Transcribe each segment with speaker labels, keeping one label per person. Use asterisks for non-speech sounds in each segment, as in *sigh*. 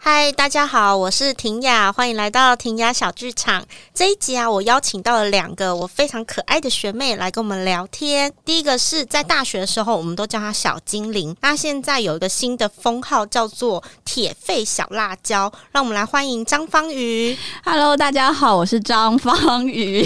Speaker 1: 嗨，大家好，我是婷雅，欢迎来到婷雅小剧场。这一集啊，我邀请到了两个我非常可爱的学妹来跟我们聊天。第一个是在大学的时候，我们都叫她小精灵，她现在有一个新的封号叫做铁肺小辣椒。让我们来欢迎张方
Speaker 2: *laughs*
Speaker 1: 瑜。
Speaker 2: Hello，大家好，我是张方
Speaker 1: *laughs*
Speaker 2: 宇。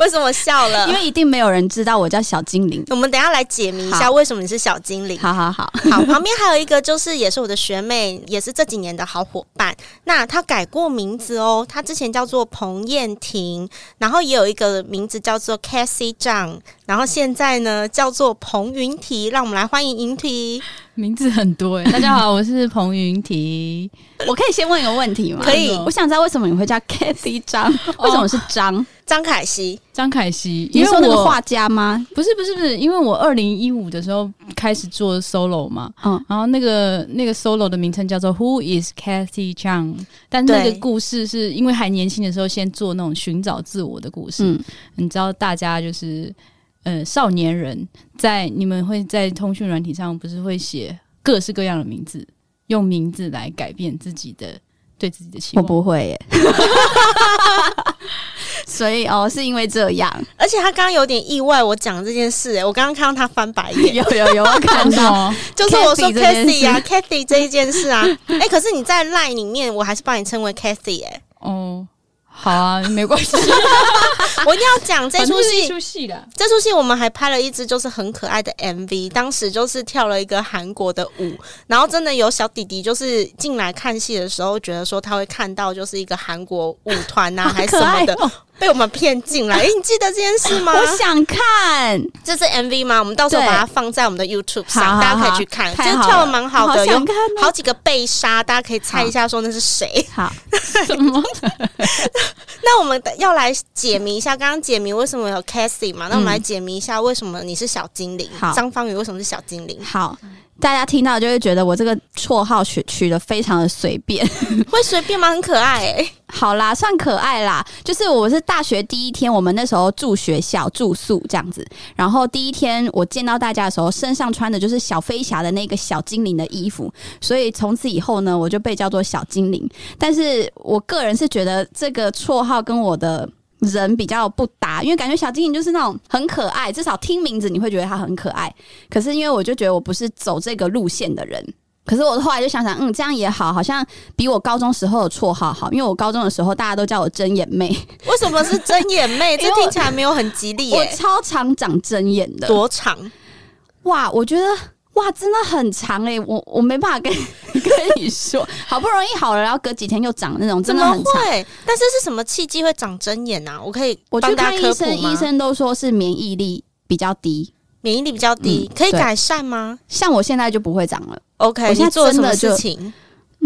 Speaker 1: 为什么笑了？
Speaker 2: 因为一定没有人知道我叫小精灵。
Speaker 1: 我们等一下来解谜一下
Speaker 2: 好
Speaker 1: 为什么你是小精灵。
Speaker 2: 好好好，
Speaker 1: 好，旁边还有一个就是也是我的学妹，也是这几年的好伙伴。那她改过名字哦，她之前叫做彭燕婷，然后也有一个名字叫做 Cassie Zhang，然后现在呢叫做彭云提。让我们来欢迎云提，
Speaker 3: 名字很多哎、大家好，我是彭云提。
Speaker 2: 我可以先问一个问题吗？
Speaker 1: 可以哦
Speaker 2: 我想知道为什么你会叫 Kathy 张？为什么是张？
Speaker 1: 张凯西。
Speaker 3: 张凯西，
Speaker 2: 你
Speaker 3: 因
Speaker 2: 是说
Speaker 3: 为
Speaker 2: 那个
Speaker 3: 我
Speaker 2: 画家吗？
Speaker 3: 不是不是不是，因为我二零一五的时候开始做 solo 嘛，
Speaker 2: 嗯
Speaker 3: 然后那个那个 solo 的名称叫做 Who is Kathy Chang，但那
Speaker 1: 对
Speaker 3: 个故事是因为还年轻的时候先做那种寻找自我的故事，
Speaker 2: 嗯，
Speaker 3: 你知道大家就是呃少年人在你们会在通讯软体上不是会写各式各样的名字，用名字来改变自己的对自己的期
Speaker 2: 我
Speaker 3: 望。
Speaker 2: 不会
Speaker 1: *laughs*
Speaker 2: 耶。所以哦，是因为这样，
Speaker 1: 而且她刚刚有点意外，我讲这件事、哎，我刚刚看到她翻白眼，
Speaker 2: *laughs* 有有有， *laughs* 我看
Speaker 3: 为什
Speaker 2: 到。
Speaker 3: 么？
Speaker 1: 就是我说
Speaker 2: Cathy 这件事
Speaker 1: Cathy 啊，Cathy 这一件事啊，哎、可是你在 Line 里面，我还是把你称为 Cathy
Speaker 2: *laughs*
Speaker 1: 哎、
Speaker 3: 哦，好啊，没关 *laughs* 系，
Speaker 1: 我一定要讲这
Speaker 3: 反
Speaker 1: 出
Speaker 3: 正是
Speaker 1: 戏
Speaker 3: 一，出戏啦。
Speaker 1: 这出戏我们还拍了一支就是很可爱的 MV，当时就是跳了一个韩国的舞，然后真的有小弟弟就是进来看戏的时候，觉得说他会看到就是一个韩国舞团呐、啊，还是
Speaker 2: 好可
Speaker 1: 什么
Speaker 2: 爱
Speaker 1: 的，
Speaker 2: 哦！
Speaker 1: 被我们骗进
Speaker 2: *laughs*
Speaker 1: 来。诶，哎你记得这件事吗？
Speaker 2: 我想看，
Speaker 1: 这是 MV 吗？我们到时候
Speaker 2: 对
Speaker 1: 把它放在我们的 YouTube
Speaker 2: 好
Speaker 1: 上，
Speaker 2: 好
Speaker 1: 大家可以
Speaker 2: 好
Speaker 1: 去看，这
Speaker 2: 太好
Speaker 1: 跳的
Speaker 2: 了
Speaker 1: 蛮好的，
Speaker 2: 好
Speaker 1: 有
Speaker 2: 想看哦
Speaker 1: 好几个被杀，大家可以猜一下说那是谁。 *laughs*
Speaker 2: 好，
Speaker 3: 什么？
Speaker 1: 那我们要来解谜一下，刚刚解谜为什么有 Cassie 嘛？那我们来解谜一下为什么你是小精灵，
Speaker 2: 嗯好
Speaker 1: 张方宇为什么是小精灵？
Speaker 2: 好，大家听到就会觉得我这个绰号取取的非常的随便。
Speaker 1: 会随便吗？很可爱、欸，
Speaker 2: 好啦，算可爱啦。就是我是大学第一天，我们那时候住学校住宿这样子，然后第一天我见到大家的时候，身上穿的就是小飞侠的那个小精灵的衣服，所以从此以后呢，我就被叫做小精灵。但是我个人是觉得这个绰号跟我的。人比较不搭，因为感觉小精灵就是那种很可爱，至少听名字你会觉得他很可爱。可是因为我就觉得我不是走这个路线的人，可是我后来就想想，嗯，这样也好，好像比我高中时候的绰号好，因为我高中的时候大家都叫我针眼妹，
Speaker 1: 为什么是针眼妹？这
Speaker 2: *laughs* 因为我
Speaker 1: 听起来没有很吉利、
Speaker 2: 我
Speaker 1: 欸，
Speaker 2: 超常长针眼的。
Speaker 1: *laughs* 多长？
Speaker 2: 哇，我觉得哇，真的很长哎、我我没办法跟 *laughs* 跟你说，好不容易好了，然后隔几天又长那种，
Speaker 1: 怎
Speaker 2: 真的
Speaker 1: 么
Speaker 2: 很长。
Speaker 1: 会？但是是什么契机会长针眼啊？我可以
Speaker 2: 我
Speaker 1: 帮
Speaker 2: 去
Speaker 1: 大
Speaker 2: 看
Speaker 1: 家
Speaker 2: 医
Speaker 1: 科普
Speaker 2: 生，
Speaker 1: 吗？
Speaker 2: 医生都说是免疫力比较低，
Speaker 1: 免疫力比较低，
Speaker 2: 嗯
Speaker 1: 可以
Speaker 2: 对
Speaker 1: 改善吗
Speaker 2: 像我现在就不会长了。
Speaker 1: ？OK，
Speaker 2: 我现在
Speaker 1: 你做了什么
Speaker 2: 真
Speaker 1: 事
Speaker 2: 的就
Speaker 1: 情？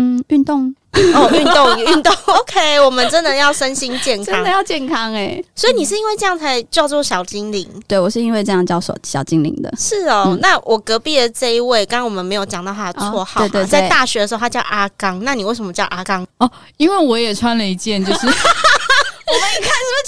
Speaker 2: 嗯，运动
Speaker 1: 哦，运动， *laughs* 运动。OK，我们真的要身心健
Speaker 2: 真的
Speaker 1: 康。
Speaker 2: 要健康哎、
Speaker 1: 所以你是因为这样才叫做小精灵？
Speaker 2: 对我是因为这样叫小小精灵的，
Speaker 1: 是哦，
Speaker 2: 嗯
Speaker 1: 那我隔壁的这一位，刚刚我们没有讲到他的绰号嘛、
Speaker 2: 哦对对对
Speaker 1: 在大学的时候他叫阿刚，那你为什么叫阿
Speaker 2: *laughs*
Speaker 1: 刚？
Speaker 3: 哦，因为我也穿了一件，
Speaker 1: *laughs*
Speaker 3: 就是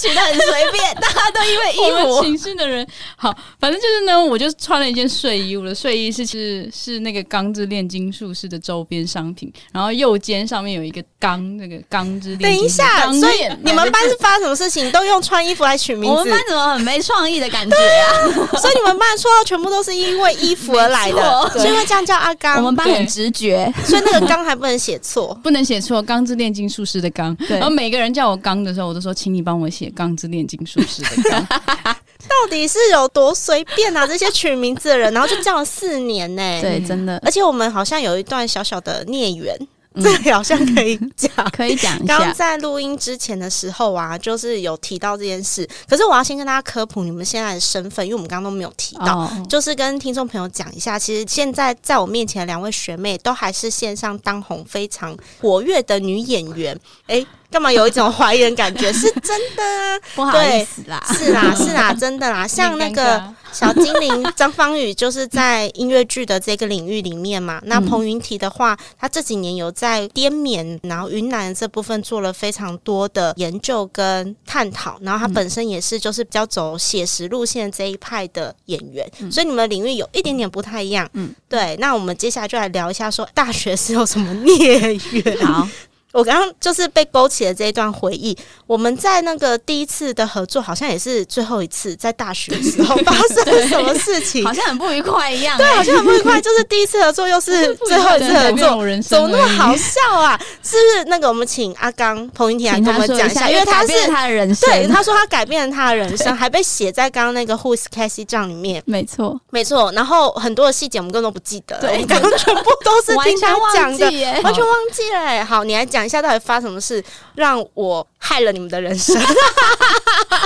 Speaker 2: 取得很随便，大家都因为
Speaker 3: 我们寝室的人。好，反正就是呢，我就穿了一件睡衣，我的睡衣是是是那个《钢之炼金术士》的周边商品，然后右肩上面有一个钢，那个《钢之
Speaker 1: 等
Speaker 3: 炼
Speaker 1: 一
Speaker 3: 金术士》
Speaker 1: 下，
Speaker 3: 钢
Speaker 1: 所以
Speaker 3: 炼。
Speaker 1: 你们班是发生什么事情都用穿衣服来取名
Speaker 2: 我
Speaker 1: 字
Speaker 2: 们，班怎么很没创意的感觉啊？
Speaker 1: *laughs* 所以你们班的绰号全部都是因为衣服而来的，
Speaker 2: 没
Speaker 1: 所以会这样叫阿刚。
Speaker 2: 我们班很直觉，
Speaker 1: *laughs* 所以那个刚还不能写错
Speaker 3: 不能写错，《钢之炼金术士》的钢。
Speaker 2: 对
Speaker 3: 然后每个人叫我钢的时候，我都说，请你帮我写《钢之炼金术士》的钢。
Speaker 1: 到底是有多随便啊？这些取名字的人，然后就叫了四年呢、，
Speaker 2: 对，真的
Speaker 1: 而且我们好像有一段小小的孽缘，这个好像可以讲。
Speaker 2: 嗯 *laughs* 可以讲一
Speaker 1: 刚刚
Speaker 2: 下。
Speaker 1: 在录音之前的时候啊，就是有提到这件事，可是我要先跟大家科普你们现在的身份，因为我们刚刚都没有提到。
Speaker 2: 哦，
Speaker 1: 就是跟听众朋友讲一下，其实现在在我面前的两位学妹都还是线上当红非常活跃的女演员。诶，干嘛有一种怀疑的感
Speaker 2: *laughs*
Speaker 1: 觉？是真的啊，
Speaker 2: 不好意思啦，
Speaker 1: 是啦，是啦，真的啦。 *laughs* 像那个 *laughs* 小精灵张方宇，就是在音乐剧的这个领域里面嘛。那彭云提的话，他这几年有在滇缅，然后云南这部分做了非常多的研究跟探讨。然后他本身也是就是比较走写实路线这一派的演员，所以你们领域有一点点不太一样。嗯
Speaker 2: 嗯，
Speaker 1: 对。那我们接下来就来聊一下，说大学是有什么孽缘？
Speaker 2: 好，
Speaker 1: 我刚刚就是被勾起了这一段回忆。我们在那个第一次的合作，好像也是最后一次，在大学的时候发生了什么事情
Speaker 2: 好？像很不愉快一样、哎
Speaker 1: 对，好像很不愉快。就是第一次合作，又
Speaker 2: *laughs*
Speaker 1: 是最后一次
Speaker 3: *laughs*
Speaker 1: 合作，
Speaker 3: 我人
Speaker 1: 怎
Speaker 3: 生
Speaker 1: 么
Speaker 3: 而已
Speaker 1: 那么好笑啊？是不是那个我们请阿刚彭云婷来
Speaker 2: 请
Speaker 1: 跟我
Speaker 2: 他
Speaker 1: 们
Speaker 2: 说
Speaker 1: 讲
Speaker 2: 下，
Speaker 1: 因为他
Speaker 2: 改
Speaker 1: 是
Speaker 2: 变了他的人生，
Speaker 1: 对他说他改变了他的人生，还被写在刚刚那个 Who's Cassie 账里面。
Speaker 2: 没错，
Speaker 1: 没错，然后很多的细节我们根本都不记得，
Speaker 2: 对
Speaker 1: 我们刚刚全部都是
Speaker 2: 完
Speaker 1: 听
Speaker 2: 全
Speaker 1: 他
Speaker 2: 忘
Speaker 1: 讲的，
Speaker 2: 记耶。
Speaker 1: 哎完全忘记了欸。好，你来讲一下到底发生什么事，让我害了你们的人
Speaker 3: *laughs*
Speaker 1: 生。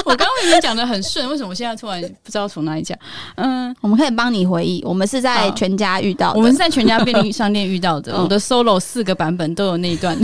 Speaker 3: 我刚刚明明讲的很顺，为什么我现在突然不知道从哪里讲？嗯，
Speaker 2: 我们可以帮你回忆，我们是在
Speaker 3: 好
Speaker 2: 全家遇到的，
Speaker 3: 我们是在全家便利商店遇到的，
Speaker 2: 嗯
Speaker 3: 我的 solo 四个版本都有那一段。 *laughs*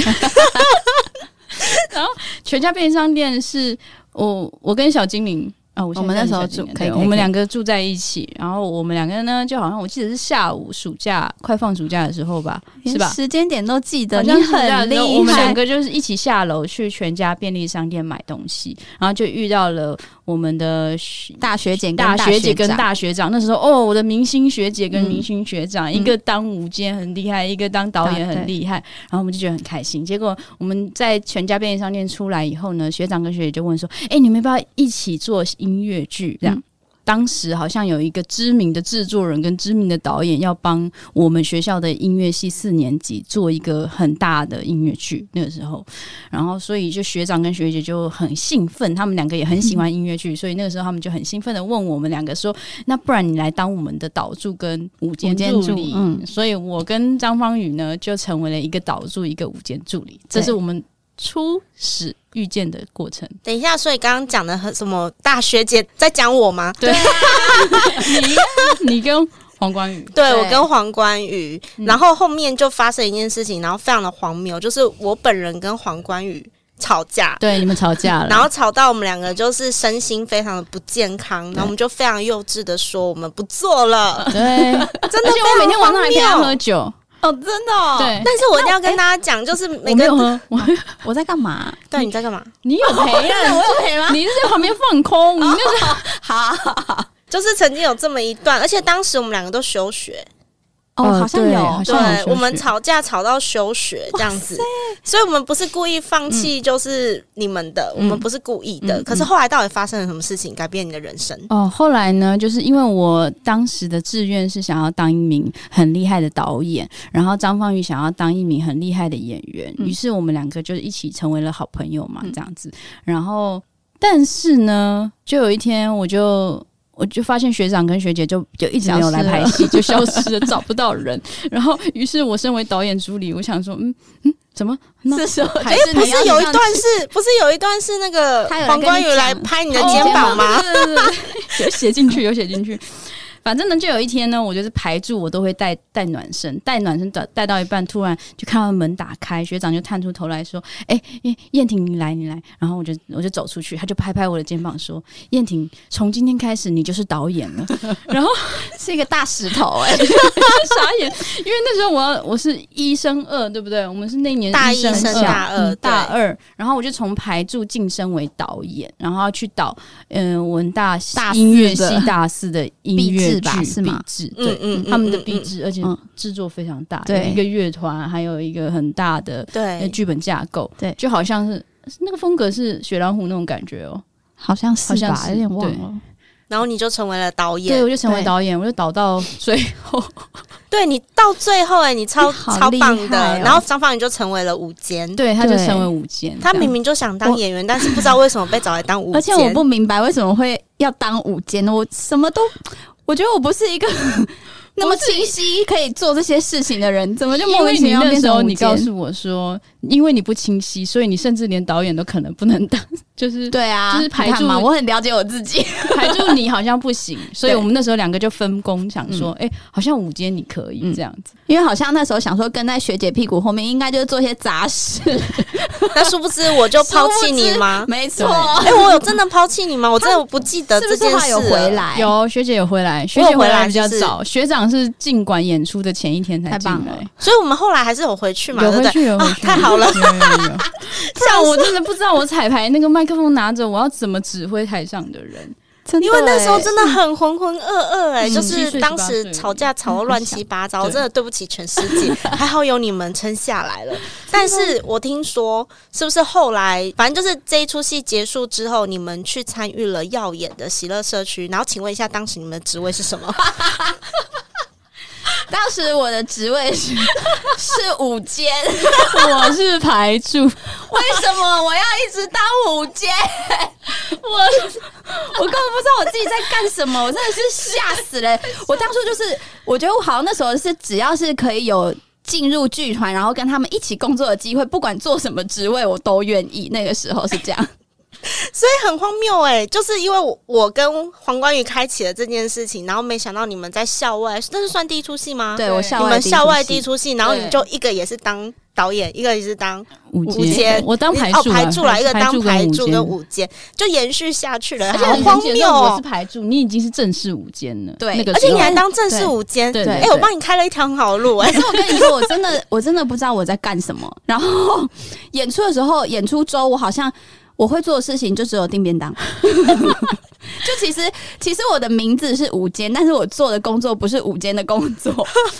Speaker 3: 然后全家便利商店是我我跟小精灵。啊、我
Speaker 2: 我们那时候住可以可以
Speaker 3: 我
Speaker 2: 可以
Speaker 3: 们两个住在一起，然后我们两个呢，就好像我记得是下午暑假快放暑假的时候吧，
Speaker 2: 连
Speaker 3: 是吧？
Speaker 2: 时间点都记得，
Speaker 3: 好
Speaker 2: 哎你
Speaker 3: 像暑假
Speaker 2: 很厉
Speaker 3: 的时
Speaker 2: 害。
Speaker 3: 候我们两个就是一起下楼去全家便利商店买东西，然后就遇到了我们的学
Speaker 2: 大学姐跟
Speaker 3: 大学姐跟
Speaker 2: 长
Speaker 3: 大学长。那时候哦，我的明星学姐跟
Speaker 2: 嗯
Speaker 3: 明星学长，一个当舞监很厉害，一个当导演很厉害，然后我们就觉得很开心。结果我们在全家便利商店出来以后呢，学长跟学姐就问说：“哎、你们要不要一起做音乐剧？”这样。
Speaker 2: 嗯
Speaker 3: 当时好像有一个知名的制作人跟知名的导演要帮我们学校的音乐系四年级做一个很大的音乐剧，那个时候，然后所以就学长跟学姐就很兴奋，他们两个也很喜欢音乐剧，所以那个时候他们就很兴奋的问我们两个说：“那不然你来当我们的导助跟舞
Speaker 2: 舞
Speaker 3: 间
Speaker 2: 间
Speaker 3: 助
Speaker 2: 助
Speaker 3: 理？”
Speaker 2: 嗯
Speaker 3: 所以我跟张方宇呢就成为了一个导助一个舞间助理，这
Speaker 2: 对
Speaker 3: 是我们初始遇见的过程。
Speaker 1: 等一下，所以刚刚讲的和什么大学姐在讲我吗？
Speaker 3: 对， *laughs* 你你跟黄光宇，
Speaker 1: 对
Speaker 2: 对
Speaker 1: 我跟黄冠宇，
Speaker 3: 嗯
Speaker 1: 然后后面就发生一件事情，然后非常的荒谬，就是我本人跟黄冠宇吵架。
Speaker 3: 对你们吵架了，
Speaker 1: 然后吵到我们两个就是身心非常的不健康，然后我们就非常幼稚的说我们不做了，
Speaker 3: 对， *laughs* 而
Speaker 1: 真的
Speaker 3: 且我每天晚上还陪他
Speaker 1: 非常荒
Speaker 3: 喝
Speaker 1: 谬
Speaker 3: 酒，
Speaker 2: 哦，真的、哦，
Speaker 3: 对，
Speaker 1: 但是我一定要跟大家讲，就是每
Speaker 3: 我没
Speaker 1: 个
Speaker 3: 有喝，我
Speaker 2: 我在干嘛、
Speaker 1: 对你在干嘛？
Speaker 3: 你有陪啊？
Speaker 2: 我有陪吗？
Speaker 3: *laughs* 你是在旁边放空，你那是
Speaker 2: *laughs* 好，
Speaker 1: 就是曾经有这么一段，而且当时我们两个都休学，
Speaker 2: 哦，
Speaker 3: 呃
Speaker 2: 好像
Speaker 3: 对
Speaker 2: 有，
Speaker 3: 好
Speaker 1: 对
Speaker 3: 像有休学
Speaker 1: 我们吵架吵到休学这样子，所以我们不是故意放弃，就是你们的，
Speaker 2: 嗯
Speaker 1: 我们不是故意的。
Speaker 3: 嗯
Speaker 1: 可是后来到底发生了什么事情改变你的人生？
Speaker 3: 哦，后来呢，就是因为我当时的志愿是想要当一名很厉害的导演，然后张方宇想要当一名很厉害的演员，
Speaker 2: 嗯
Speaker 3: 于是我们两个就一起成为了好朋友嘛，
Speaker 2: 嗯
Speaker 3: 这样子。然后，但是呢，就有一天我就。我就发现学长跟学姐就就一直没有来拍戏，就消失了，找不到人。然后，于是我身为导演助理，我想说，嗯嗯，怎么那
Speaker 2: 是什么？
Speaker 3: 还
Speaker 2: 是
Speaker 1: 不
Speaker 2: 你要
Speaker 1: 是有一
Speaker 2: 上
Speaker 1: 段是不是有一段是那个
Speaker 2: 他有来
Speaker 1: 黄冠宇
Speaker 2: 跟你讲
Speaker 1: 来拍你的
Speaker 2: 哦
Speaker 1: 肩膀吗？
Speaker 3: 对对对对对，有写进去，有写进去。反正呢，就有一天呢，我就是排住，我都会带带暖身，带暖身带带到一半，突然就看到门打开，学长就探出头来说：“哎、燕燕婷，你来，你来。”然后我就我就走出去，他就拍拍我的肩膀说：“燕婷，从今天开始你就是导演了。”然后
Speaker 2: *laughs* 是一个大石头哎、
Speaker 3: *laughs* 傻眼，因为那时候我要我是一升二，对不对？我们是那年
Speaker 1: 大一
Speaker 3: 升
Speaker 1: 升
Speaker 3: 二
Speaker 1: 大二
Speaker 3: 嗯
Speaker 1: 对
Speaker 3: 大二，然后我就从排柱晋升为导演，然后要去导嗯、文大系
Speaker 2: 大四
Speaker 3: 音乐系
Speaker 2: 的
Speaker 3: 大四的音
Speaker 2: 毕
Speaker 3: 乐
Speaker 2: 制吧
Speaker 3: 剧
Speaker 2: 是吗
Speaker 3: 毕制
Speaker 1: 嗯
Speaker 3: 对。
Speaker 1: 嗯，嗯
Speaker 3: 他们的
Speaker 1: 嗯
Speaker 3: 毕
Speaker 1: 嗯
Speaker 3: 制，而且
Speaker 2: 嗯
Speaker 3: 制作非常大，
Speaker 2: 对
Speaker 3: 有一个乐团，还有一个很大的呃
Speaker 1: 对，
Speaker 3: 剧本架构，
Speaker 2: 对
Speaker 3: 就好像是那个风格是雪狼湖那种感觉哦。
Speaker 2: 好像是
Speaker 3: 好像
Speaker 2: 吧，
Speaker 3: 是
Speaker 2: 有点忘
Speaker 3: 对
Speaker 2: 了。
Speaker 1: 然后你就成为了导
Speaker 3: 对，
Speaker 1: 演，
Speaker 3: 我就成为
Speaker 2: 对
Speaker 3: 导演，我就导到最后，
Speaker 1: 对你到最后哎，你超
Speaker 2: 你好
Speaker 1: 超棒
Speaker 2: 厉
Speaker 1: 的
Speaker 2: 害哦，
Speaker 1: 然后张方宇就成为了舞监。
Speaker 3: 对，他就
Speaker 2: 对
Speaker 3: 成为舞监。
Speaker 1: 他
Speaker 3: 这样
Speaker 1: 明明就想当
Speaker 2: 我
Speaker 1: 演员，但是不知道为什么被找来当舞
Speaker 2: 而且我
Speaker 1: 监
Speaker 2: 不明白为什么会要当午间，我什么都，我觉得我不是一个 *laughs* 那么清晰可以做这些事情的人，怎么就莫名其妙
Speaker 3: 因为
Speaker 2: 变
Speaker 3: 你那时
Speaker 2: 成
Speaker 3: 候
Speaker 2: 午
Speaker 3: 你告
Speaker 2: 间？
Speaker 3: 诉我说，因为你不清晰，所以你甚至连导演都可能不能当，就是
Speaker 2: 对啊，
Speaker 3: 就是排
Speaker 2: 你看
Speaker 3: 住
Speaker 2: 嘛，我很了解我自己。 *laughs*
Speaker 3: 排住你好像不行， *laughs* 所以我们那时候两个就分工，想说，哎、好像午间你可以
Speaker 2: 嗯
Speaker 3: 这样子，
Speaker 2: 因为好像那时候想说跟在学姐屁股后面，应该就是做些杂事。？
Speaker 1: *laughs* 那殊不知我就抛弃你吗
Speaker 3: 啊
Speaker 2: 没错，
Speaker 1: 哎、我有真的抛弃你吗？我真的不记得
Speaker 2: 是
Speaker 1: 这件
Speaker 2: 不
Speaker 1: 事
Speaker 2: 是话有回
Speaker 1: 了。
Speaker 2: 来？
Speaker 3: 啊有学哎姐有回来，学
Speaker 1: 有
Speaker 3: 姐
Speaker 1: 回来
Speaker 3: 来比较
Speaker 1: 是不是
Speaker 3: 早，学长是尽管演出的前一天才
Speaker 2: 太
Speaker 3: 进
Speaker 2: 棒
Speaker 3: 来。
Speaker 1: 所以我们后来还是有回去嘛，
Speaker 3: 有
Speaker 1: 对不
Speaker 3: 回去，
Speaker 1: 对？
Speaker 3: 有回
Speaker 1: 啊，
Speaker 3: 去，
Speaker 1: 太好了！
Speaker 3: *laughs* 有！有有有 *laughs* 不然我真的不知道我彩排那个麦克风拿着，我要怎么指挥台上的人。
Speaker 2: 真的
Speaker 1: 因为那时候
Speaker 2: 欸
Speaker 1: 真的很浑浑噩噩哎、
Speaker 3: 嗯
Speaker 1: 就
Speaker 3: 17
Speaker 1: 是
Speaker 3: 岁
Speaker 1: 当
Speaker 3: 18岁
Speaker 1: 时吵架吵到乱七八糟，
Speaker 3: 嗯
Speaker 1: 我真的对不起全世界，还好有你们撑下来了。但是我听说，是不是后来，反正就是这一出戏结束之后，你们去参与了耀眼的喜乐社区，然后请问一下，当时你们的职位是什么？
Speaker 2: 当时我的职位是 *laughs* 是午间，
Speaker 3: 我是排柱，
Speaker 2: 为什么我要一直当午间？我 *laughs* 我根本不知道我自己在干什么，我真的是吓死 *laughs* 了。我当初就是，我觉得我好像那时候是只要是可以有。进入剧团，然后跟他们一起工作的机会，不管做什么职位，我都愿意。那个时候是这样，
Speaker 1: 啊所以很荒谬哎、就是因为我我跟黄冠宇开启了这件事情，然后没想到你们在校外，那是算第一出戏吗？
Speaker 2: 对我
Speaker 3: 对
Speaker 2: 校
Speaker 1: 你
Speaker 2: 外
Speaker 1: 们校外
Speaker 2: 第
Speaker 1: 第
Speaker 2: 一
Speaker 1: 一
Speaker 2: 出
Speaker 1: 出
Speaker 2: 戏
Speaker 1: 戏，然后你
Speaker 2: 对
Speaker 1: 就一个也是当导演，一个也是当
Speaker 3: 五
Speaker 1: 五间
Speaker 3: 我当排
Speaker 1: 哦
Speaker 3: 柱啊，
Speaker 1: 排柱啦，一个当排柱
Speaker 3: 跟
Speaker 1: 跟
Speaker 3: 五
Speaker 1: 五
Speaker 3: 间，
Speaker 1: 间，就延续下去了，
Speaker 3: 而且
Speaker 1: 好
Speaker 3: 很
Speaker 1: 荒
Speaker 3: 明显
Speaker 1: 谬
Speaker 3: 我是
Speaker 1: 哦！
Speaker 3: 排柱，你已经是正式五间了，
Speaker 2: 对
Speaker 3: 那个
Speaker 1: 而且
Speaker 3: 时候
Speaker 1: 你还当正式五间，
Speaker 3: 对
Speaker 1: 哎、
Speaker 3: 对
Speaker 2: 对
Speaker 1: 我帮你开了一条很好的路哎、
Speaker 2: 可是我跟你说，我真的 *laughs* 我真的不知道我在干什么。然后演出的时候，演出周我好像我会做的事情就只有订便当。 *laughs* 就其实其实我的名字是午间，但是我做的工作不是午间的工作，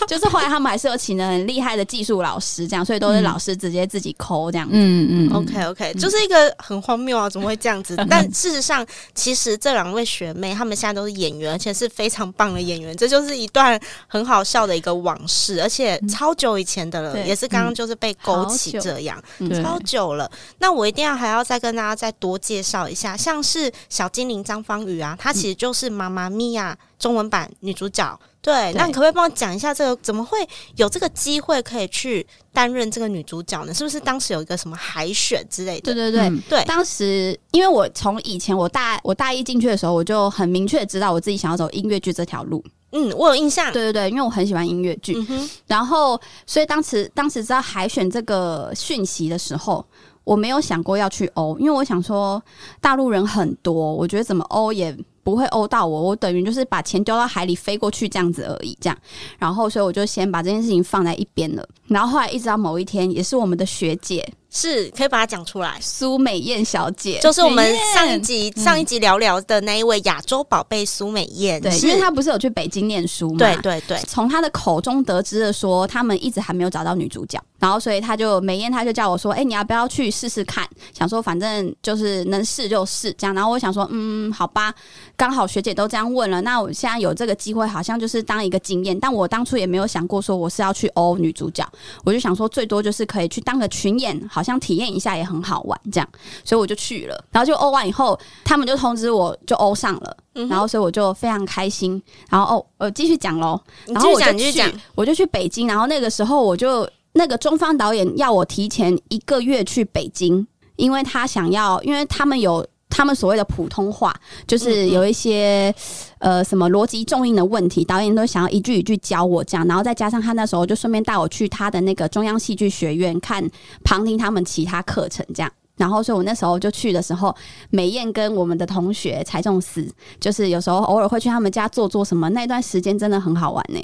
Speaker 2: 就是后来他们还是有请了很厉害的技术老师，这样，所以都是老师直接自己抠这样。
Speaker 3: 嗯嗯
Speaker 1: OK OK，就是一个很荒谬啊，怎么会这样
Speaker 3: *laughs*
Speaker 1: 子？但事实上，其实这两位学妹她们现在都是演员，而且是非常棒的演员，这就是一段很好笑的一个往事，而且超久以前的了，
Speaker 2: 对
Speaker 1: 也是刚刚就是被勾
Speaker 3: 嗯好
Speaker 1: 起
Speaker 3: 久
Speaker 1: 这样，
Speaker 2: 嗯
Speaker 3: 对
Speaker 1: 超久了。那我一定要还要再跟大家再多介绍一下，像是小精灵张方宇啊，
Speaker 2: 嗯
Speaker 1: 她其实就是《妈妈咪呀》中文版女主角。对，那你可不可以帮我讲一下这个怎么会有这个机会可以去担任这个女主角呢？是不是当时有一个什么海选之类
Speaker 2: 对
Speaker 1: 的？
Speaker 2: 对对，
Speaker 3: 嗯
Speaker 1: 对
Speaker 2: 当时因为我从以前我大我大一进去的时候，我就很明确地知道我自己想要走音乐剧这条路。
Speaker 1: 嗯，我有印象。
Speaker 2: 对对对，因为我很喜欢音乐剧，
Speaker 1: 嗯哼，
Speaker 2: 然后，所以当时当时知道海选这个讯息的时候，我没有想过要去欧，因为我想说大陆人很多，我觉得怎么欧也不会欧到我，我等于就是把钱丢到海里飞过去这样子而已，这样。然后，所以我就先把这件事情放在一边了。然后后来一直到某一天，也是我们的学姐
Speaker 1: 是可以把它讲出来。
Speaker 2: 苏美艳小姐。
Speaker 1: 就是我们上一集上一集聊聊的那一位亚洲宝贝苏美艳，
Speaker 2: 对，
Speaker 1: 是
Speaker 2: 因为她不是有去北京念书嘛？
Speaker 1: 对对对，
Speaker 2: 从他的口中得知了说，他们一直还没有找到女主角，然后所以他就美艳，他就叫我说，哎、你要不要去试试看？想说反正就是能试就试这样，然后我想说，嗯，好吧，刚好学姐都这样问了，那我现在有这个机会，好像就是当一个经验，但我当初也没有想过说我是要去欧女主角，我就想说最多就是可以去当个群演，好像体验一下也很好玩这样，所以我就去了，然后就欧完以后，他们就通知我就欧上了，
Speaker 1: 嗯哼
Speaker 2: 然后所以我就非常开心，然后哦，呃，继续讲喽。
Speaker 1: 你
Speaker 2: 然
Speaker 1: 继
Speaker 2: 后
Speaker 1: 续
Speaker 2: 我就
Speaker 1: 讲，你继
Speaker 2: 去，
Speaker 1: 续讲。
Speaker 2: 我就去北京，然后那个时候我就那个中方导演要我提前一个月去北京，因为他想要，因为他们有。他们所谓的普通话，就是有一些呃什么逻辑重音的问题，导演都想要一句一句教我这样，然后再加上他那时候就顺便带我去他的那个中央戏剧学院看旁听他们其他课程这样。然后，所以我那时候就去的时候，美艳跟我们的同学柴仲思，就是有时候偶尔会去他们家做做什么，那段时间真的很好玩呢、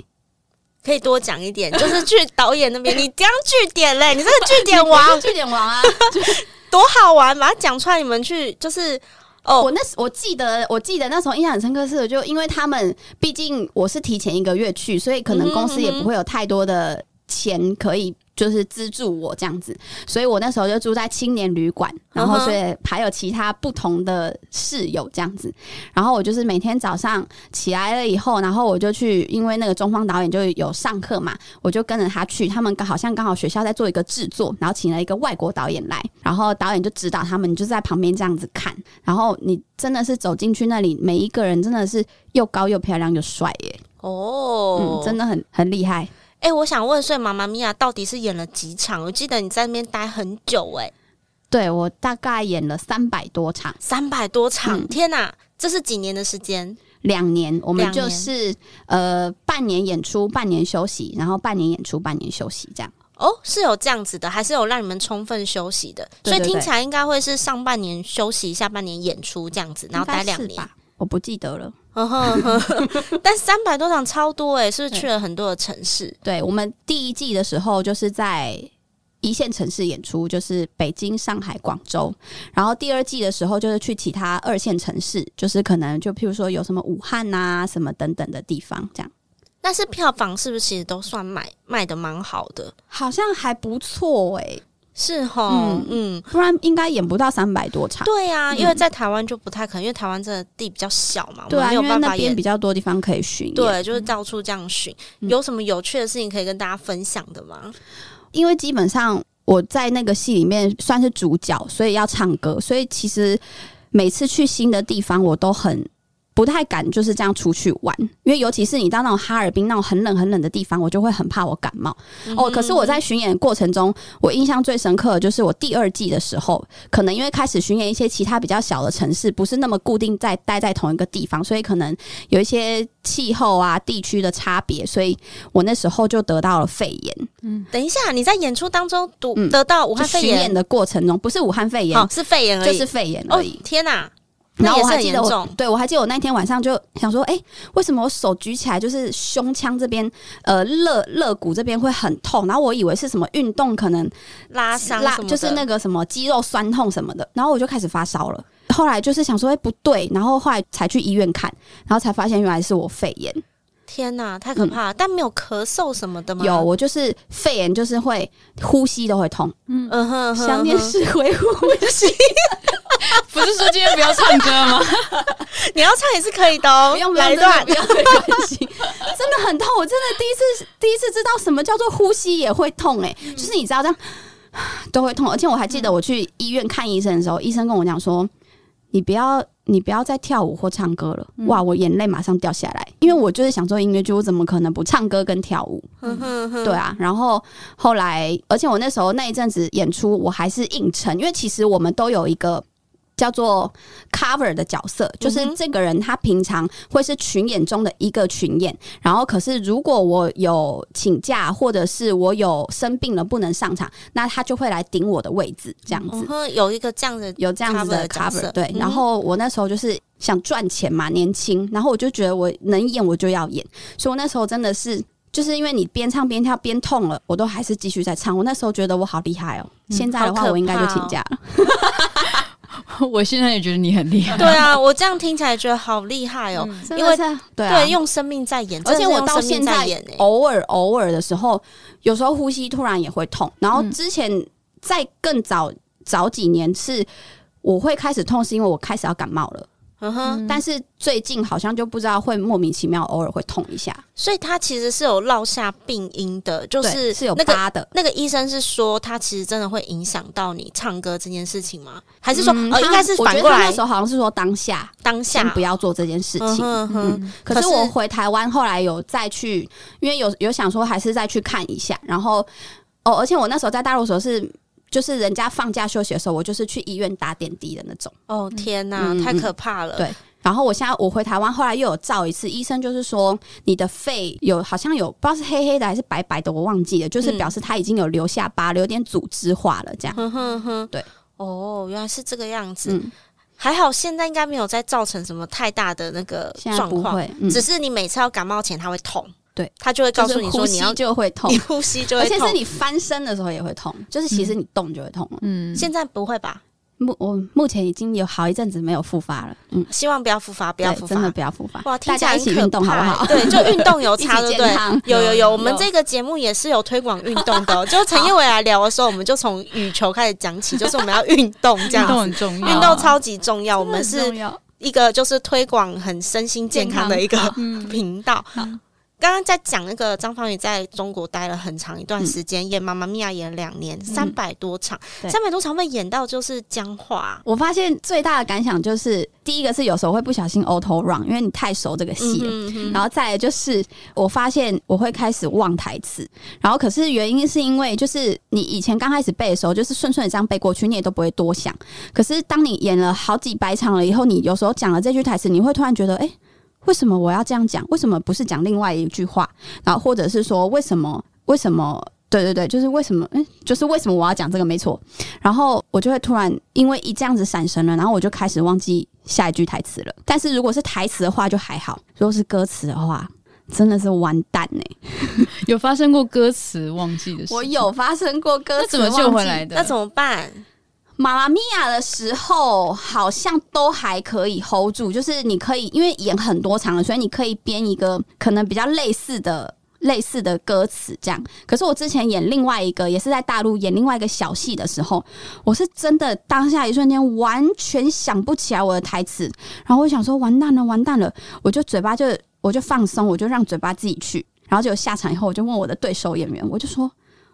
Speaker 1: 可以多讲一点，就是去导演那边，你讲据点嘞，你这个据点
Speaker 2: *laughs*
Speaker 1: 王
Speaker 2: 据点
Speaker 1: *laughs*
Speaker 2: 王啊！
Speaker 1: 多好玩，把它讲出来，你们去就是哦
Speaker 2: 我那时我记得，我记得那时候印象很深刻是，就因为他们毕竟我是提前一个月去，所以可能公司
Speaker 1: 嗯
Speaker 2: 也不会有太多的钱可以。就是资助我这样子，所以我那时候就住在青年旅馆，然后
Speaker 1: 嗯哼
Speaker 2: 所以还有其他不同的室友这样子，然后我就是每天早上起来了以后，然后我就去，因为那个中方导演就有上课嘛，我就跟着他去，他们刚好像刚好学校在做一个制作，然后请了一个外国导演来，然后导演就指导他们，你就在旁边这样子看，然后你真的是走进去那里，每一个人真的是又高又漂亮又帅耶，
Speaker 1: 哦
Speaker 2: 嗯，真的很很厉害。
Speaker 1: 哎、我想问，所以妈妈咪呀啊到底是演了几场？我记得你在那边待很久、哎，
Speaker 2: 对我大概演了三百多场，
Speaker 1: 三百多场，
Speaker 2: 嗯
Speaker 1: 天哪！这是几年的时间？
Speaker 2: 两年我们
Speaker 1: 两年
Speaker 2: 就是呃半年演出，半年休息，然后半年演出，半年休息这样。
Speaker 1: 哦，是有这样子的，还是有让你们充分休息的？
Speaker 2: 对对
Speaker 1: 所以听起来应该会是上半年休息，下半年演出这样子，然后待两
Speaker 2: 应该
Speaker 1: 年。
Speaker 2: 是
Speaker 1: 嗯
Speaker 2: 吧，我不记得了。
Speaker 1: 呵呵
Speaker 2: *laughs*
Speaker 1: 呵但三百多场超多哎、是不是去了很多的城市？
Speaker 2: 对我们第一季的时候，就是在一线城市演出，就是北京、上海、广州。然后第二季的时候，就是去其他二线城市，就是可能就譬如说有什么武汉啊、什么等等的地方，这样
Speaker 1: 但是票房是不是其实都算卖卖的蛮好的？
Speaker 2: 好像还不错哎、
Speaker 1: 欸是哈，
Speaker 2: 嗯
Speaker 1: 嗯，
Speaker 2: 不然应该演不到三百多场。
Speaker 1: 对呀、因为在台湾就不太可能，因为台湾这个地比较小嘛，我
Speaker 2: 对
Speaker 1: 们
Speaker 2: 啊，
Speaker 1: 没
Speaker 2: 因
Speaker 1: 有
Speaker 2: 为
Speaker 1: 办
Speaker 2: 那
Speaker 1: 法
Speaker 2: 边
Speaker 1: 演
Speaker 2: 比。较多地方可以巡演。
Speaker 1: 对，就是到处这样巡。
Speaker 2: 嗯
Speaker 1: 有什么有趣的事情可以跟大家分享的吗？
Speaker 2: 因为基本上我在那个戏里面算是主角，所以要唱歌，所以其实每次去新的地方，我都很不太敢就是这样出去玩，因为尤其是你到那种哈尔滨那种很冷很冷的地方，我就会很怕我感冒。
Speaker 1: 嗯
Speaker 2: 哦，可是我在巡演过程中，我印象最深刻的就是我第二季的时候，可能因为开始巡演一些其他比较小的城市，不是那么固定在待在同一个地方，所以可能有一些气候啊、地区的差别，所以我那时候就得到了肺炎。
Speaker 1: 等一下，你在演出当中读、
Speaker 2: 嗯
Speaker 1: 得到武
Speaker 2: 就
Speaker 1: 汉肺
Speaker 2: 巡演
Speaker 1: 炎，
Speaker 2: 的过程中，不是武汉肺炎，
Speaker 1: 哦，是肺炎而
Speaker 2: 就
Speaker 1: 已，
Speaker 2: 是肺炎
Speaker 1: 哦
Speaker 2: 而已。，
Speaker 1: 天哪、
Speaker 2: 然
Speaker 1: 那
Speaker 2: 后
Speaker 1: 也
Speaker 2: 我
Speaker 1: 是
Speaker 2: 还
Speaker 1: 很
Speaker 2: 记
Speaker 1: 严
Speaker 2: 得我
Speaker 1: 重，，
Speaker 2: 对我还记得我那天晚上就想说，哎、为什么我手举起来就是胸腔这边，呃，肋肋骨这边会很痛？然后我以为是什么运动可能
Speaker 1: 拉伤
Speaker 2: 拉
Speaker 1: 什么的
Speaker 2: 就是那个什么肌肉酸痛什么的，然后我就开始发烧了。后来就是想说，哎、不对，然后后来才去医院看，然后才发现原来是我肺炎。
Speaker 1: 天哪、太可怕了、但没有咳嗽什么的吗？
Speaker 2: 嗯有，，我就是肺炎，就是会呼吸都会痛，
Speaker 1: 嗯哼哼哼，
Speaker 2: 想念是会呼吸，
Speaker 3: *laughs* 不是说今天不要唱歌吗？
Speaker 1: *laughs* 你要唱也是可以的哦，
Speaker 2: 不用不用
Speaker 1: 来一
Speaker 2: 真的
Speaker 1: 段
Speaker 2: 不。用关心， *laughs* 真的很痛。我真的第一次第一次知道什么叫做呼吸也会痛、欸，
Speaker 1: 嗯
Speaker 2: 就是你知道这样都会痛。而且我还记得我去医院看医生的时候，医生跟我讲说：“你不要你不要再跳舞或唱歌了。
Speaker 1: 嗯
Speaker 2: 哇，我眼泪马上掉下来，因为我就是想做音乐剧，我怎么可能不唱歌跟跳舞？
Speaker 1: 嗯哼哼，
Speaker 2: 对啊，然后后来，而且我那时候那一阵子演出，我还是硬撑，因为其实我们都有一个。叫做 cover 的角色，就是
Speaker 1: 嗯哼
Speaker 2: 这个人他平常会是群演中的一个群演，然后可是如果我有请假或者是我有生病了不能上场，那他就会来顶我的位置，这样子。
Speaker 1: 嗯哼，有一个这样
Speaker 2: *laughs*
Speaker 1: 的
Speaker 2: 有这样
Speaker 1: cover
Speaker 2: 子
Speaker 1: 的
Speaker 2: 的
Speaker 1: 角
Speaker 2: cover，
Speaker 1: 色
Speaker 2: 对
Speaker 1: 嗯。哼
Speaker 2: 然后我那时候就是想赚钱嘛，年轻，然后我就觉得我能演我就要演，所以我那时候真的是。就是因为你边唱边跳边痛了，我都还是继续在唱。我那时候觉得我好厉害哦、现在的
Speaker 1: 好可
Speaker 2: 话
Speaker 1: 怕哦
Speaker 2: 我应该就请假了。
Speaker 3: *laughs* 我现在也觉得你很厉害。
Speaker 1: 对啊，我这样听起来觉得好厉害哦。
Speaker 2: 真
Speaker 1: 因
Speaker 2: 的
Speaker 1: 为
Speaker 2: 是对啊
Speaker 1: 对，，用生命在演，
Speaker 2: 嗯而
Speaker 1: 真的
Speaker 2: 且
Speaker 1: 是
Speaker 2: 我
Speaker 1: 用
Speaker 2: 到
Speaker 1: 生命
Speaker 2: 现在哦
Speaker 1: 在演欸
Speaker 2: 偶尔偶尔的时候，有时候呼吸突然也会痛。然
Speaker 1: 嗯
Speaker 2: 后之前在更早早几年是我会开始痛，是因为我开始要感冒了。
Speaker 1: 嗯哼，
Speaker 2: 但是最近好像就不知道会莫名其妙偶尔会痛一下。
Speaker 1: 所以他其实是有落下病因的，就
Speaker 2: 对
Speaker 1: 是
Speaker 2: 是有
Speaker 1: 那个。
Speaker 2: 疤的。
Speaker 1: 那个医生是说，他其实真的会影响到你唱歌这件事情吗？还是说，
Speaker 2: 嗯
Speaker 1: 呃，
Speaker 2: 他
Speaker 1: 应该是
Speaker 2: 我觉
Speaker 1: 反
Speaker 2: 得
Speaker 1: 过
Speaker 2: 他
Speaker 1: 来
Speaker 2: 那时候好像是说当下
Speaker 1: 当下
Speaker 2: 先不要做这件事
Speaker 1: 嗯
Speaker 2: 情。
Speaker 1: 哼哼
Speaker 2: 可
Speaker 1: 可
Speaker 2: 是
Speaker 1: 是
Speaker 2: 我回台湾后来有再去，因为有有想说还是再去看一下，然后哦，而且我那时候在大陆的时候是。就是人家放假休息的时候，我就是去医院打点滴的那种。
Speaker 1: 哦天哪，
Speaker 2: 嗯嗯
Speaker 1: 太可怕了！
Speaker 2: 对然后我现在我回台湾，后来又有照一次，医生就是说你的肺有好像有不知道是黑黑的还是白白的，我忘记了，就是
Speaker 1: 嗯
Speaker 2: 表示它已经有留下疤，有点组织化了这样。
Speaker 1: 哼嗯哼哼，
Speaker 2: 对，
Speaker 1: 哦，原来是这个样子。
Speaker 2: 嗯，
Speaker 1: 还好现在应该没有再造成什么太大的那个
Speaker 2: 现在
Speaker 1: 状
Speaker 2: 不
Speaker 1: 况，
Speaker 2: 会，嗯
Speaker 1: 只是你每次要感冒前他会痛，
Speaker 2: 对，
Speaker 1: 他就会告诉你
Speaker 2: 就是
Speaker 1: 说
Speaker 2: 呼
Speaker 1: 你要
Speaker 2: 吸就
Speaker 1: *laughs*
Speaker 2: 会痛
Speaker 1: 你，呼吸就
Speaker 2: 而
Speaker 1: 会
Speaker 2: 且
Speaker 1: 痛，
Speaker 2: 是你翻身的时候也会痛，就是其实你动就会痛了。
Speaker 3: 嗯，
Speaker 1: 现在不会吧？
Speaker 2: 目、我目前已经有好一阵子没有复发了，嗯，
Speaker 1: 希望不要复发，不要
Speaker 2: 对
Speaker 1: 复
Speaker 2: 真的
Speaker 1: 发。
Speaker 2: 不要复发，
Speaker 1: 哇，听
Speaker 2: 大
Speaker 1: 起来
Speaker 2: 家一
Speaker 1: 很
Speaker 2: 起
Speaker 1: 可
Speaker 2: 运动好不
Speaker 1: 怕欸
Speaker 2: *laughs* 好？
Speaker 1: 对，就运动有差，
Speaker 2: *laughs* 一
Speaker 1: 对
Speaker 2: 起
Speaker 1: 不对
Speaker 2: 健？康。嗯
Speaker 1: 有有有，
Speaker 3: 有
Speaker 1: 我们这个节目也是有推广运动的哦、就陈叶伟来聊的时候，我们就从羽球开始讲
Speaker 2: *laughs*
Speaker 1: 起，就是我们要运动这
Speaker 3: 运动
Speaker 1: 样。
Speaker 3: 很重要，
Speaker 1: 运动超级重要，我们
Speaker 2: *laughs* 很
Speaker 1: 是
Speaker 2: 重要
Speaker 1: 一个就是推广很身心健康的一个
Speaker 3: 嗯
Speaker 1: 频道。刚刚在讲那个张方宇在中国待了很长一段时间，演《妈妈咪呀》演了两年，三百多场，
Speaker 2: 对
Speaker 1: 三百多场被演到就是僵化。
Speaker 2: 我发现最大的感想就是，第一个是有时候会不小心 auto run，因为你太熟这个戏了。
Speaker 1: 嗯哼
Speaker 2: 然后再来就是，我发现我会开始忘台词，然后可是原因是因为就是你以前刚开始背的时候，就是顺顺的这样背过去，你也都不会多想。可是当你演了好几百场了以后，你有时候讲了这句台词，你会突然觉得，哎、为什么我要这样讲？为什么不是讲另外一句话？然后或者是说，为什么？为什么？对对对，就是为什么？嗯，就是为什么我要讲这个？没错。然后我就会突然因为一这样子闪神了，然后我就开始忘记下一句台词了。但是如果是台词的话就还好，如果是歌词的话，真的是完蛋欸呢、
Speaker 3: 有发生过歌词忘记的事，
Speaker 2: 我有发生过歌
Speaker 3: 那
Speaker 2: 词
Speaker 3: 怎么救
Speaker 2: 忘
Speaker 3: 回
Speaker 2: 记
Speaker 3: 来的？
Speaker 1: 那怎么办？
Speaker 2: 马拉米亚的时候，好像都还可以 hold 住，就是你可以因为演很多场了，所以你可以编一个可能比较类似的。类似的歌词这样，可是我之前演另外一个，也是在大陆演另外一个小戏的时候，我是真的当下一瞬间完全想不起来我的台词，然后我想说完蛋了，完蛋了，我就嘴巴就我就放松，我就让嘴巴自己去，然后结果下场以后，我就问我的对手演员，我就说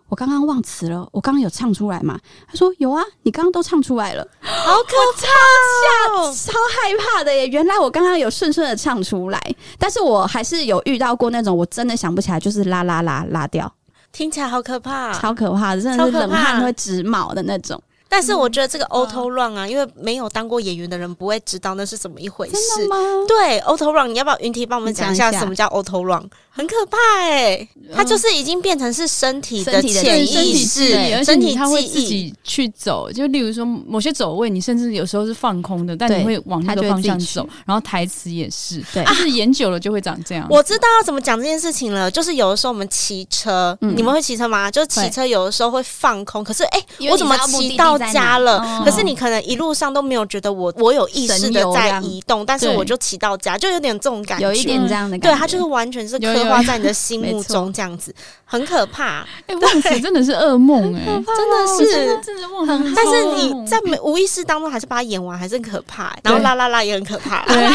Speaker 2: 我刚刚忘词了，我刚刚有唱出来吗？他说有啊，你刚刚都唱出来了，
Speaker 1: 好可怕哦！
Speaker 2: 超害怕的耶！原来我刚刚有顺顺的唱出来，但是我还是有遇到过那种我真的想不起来，就是拉拉拉拉掉，
Speaker 1: 听起来好可怕。
Speaker 2: 超可怕的，真的
Speaker 1: 啊
Speaker 2: 是
Speaker 1: 超可
Speaker 2: 冷
Speaker 1: 怕
Speaker 2: 汗会直冒的那种。
Speaker 1: 但是我觉得这个 auto run 啊，因为没有当过演员的人不会知道那是怎么一回事。
Speaker 2: 吗？
Speaker 1: 对，auto run，你要不要云梯帮我们讲一下
Speaker 2: 你讲一下
Speaker 1: 什么叫 auto run？很可怕哎、它就是已经变成是身体
Speaker 2: 身体的
Speaker 1: 潜
Speaker 3: 对
Speaker 2: 记忆
Speaker 3: 身
Speaker 1: 意
Speaker 3: 体记
Speaker 1: 识
Speaker 3: 忆，而，且
Speaker 1: 身体
Speaker 3: 你它会自
Speaker 1: 记忆。
Speaker 3: 己去走。就例如说某些走位，你甚至有时候是放空的，但
Speaker 2: 对
Speaker 3: 你会往
Speaker 2: 它
Speaker 3: 那
Speaker 2: 就
Speaker 3: 个
Speaker 2: 会
Speaker 3: 方向
Speaker 2: 自己去
Speaker 3: 走。然后台词也是，
Speaker 2: 对
Speaker 3: 就是演久了就会长
Speaker 2: 啊
Speaker 3: 这样。
Speaker 1: 我知道要怎么讲这件事情了，就是有的时候我们骑车，
Speaker 2: 嗯
Speaker 1: 你们会骑车吗？就是骑
Speaker 3: 会
Speaker 1: 车有的时候会放空，可是哎、
Speaker 2: 因为
Speaker 1: 我
Speaker 2: 你
Speaker 1: 怎么
Speaker 2: 知道目的
Speaker 1: 骑
Speaker 2: 地
Speaker 1: 到
Speaker 2: 在
Speaker 1: 家
Speaker 2: 哪
Speaker 1: 了？
Speaker 3: 哦
Speaker 1: 可是你可能一路上都没有觉得我我有意识
Speaker 2: 神
Speaker 1: 的
Speaker 2: 游这
Speaker 1: 在
Speaker 2: 样
Speaker 1: 移动，但是
Speaker 3: 对
Speaker 1: 我就骑到家，就有点这种感觉，
Speaker 2: 有一点这样的感
Speaker 1: 对，
Speaker 2: 觉，
Speaker 1: 它就是完全是
Speaker 3: 有
Speaker 1: 刻
Speaker 3: 有
Speaker 1: 画
Speaker 3: 有
Speaker 1: 在你的心目
Speaker 2: 没错
Speaker 1: 中这样子，很可怕。
Speaker 3: 哎，忘词真的是噩梦 *laughs* 哎，
Speaker 2: 哦
Speaker 1: 真的
Speaker 3: 我
Speaker 1: 是
Speaker 3: 真的真的忘词，
Speaker 1: 但是你在没无意识当中还是把它演完，还是很可怕、欸然后
Speaker 3: 对
Speaker 1: 啦啦啦也很可怕、
Speaker 3: 对
Speaker 2: 很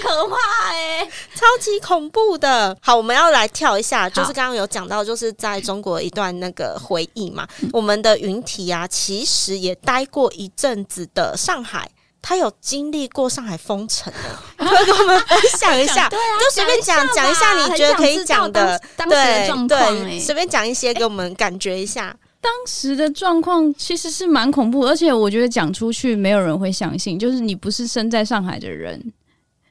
Speaker 2: 可怕哎、
Speaker 3: 欸
Speaker 1: 超级恐怖的。好，我们要来跳一下，就是
Speaker 2: 好
Speaker 1: 刚刚有讲到，就是在中国一段那个回忆嘛。我们的云体啊，其实也待过一阵子的上海。他有经历过上海封城的，
Speaker 3: *laughs*
Speaker 1: 可以跟我们分享一下，
Speaker 2: 对啊，
Speaker 1: 就随便讲讲一下
Speaker 2: 吧
Speaker 1: 你觉得
Speaker 2: 很
Speaker 1: 可以
Speaker 2: 想知道
Speaker 1: 讲的，
Speaker 2: 当当时的
Speaker 1: 对
Speaker 2: 状况哎、
Speaker 3: 欸
Speaker 1: 对，随便讲一些给我们感觉一下。
Speaker 3: 当时的状况其实是蛮恐怖，而且我觉得讲出去没有人会相信，就是你不是生在上海的人，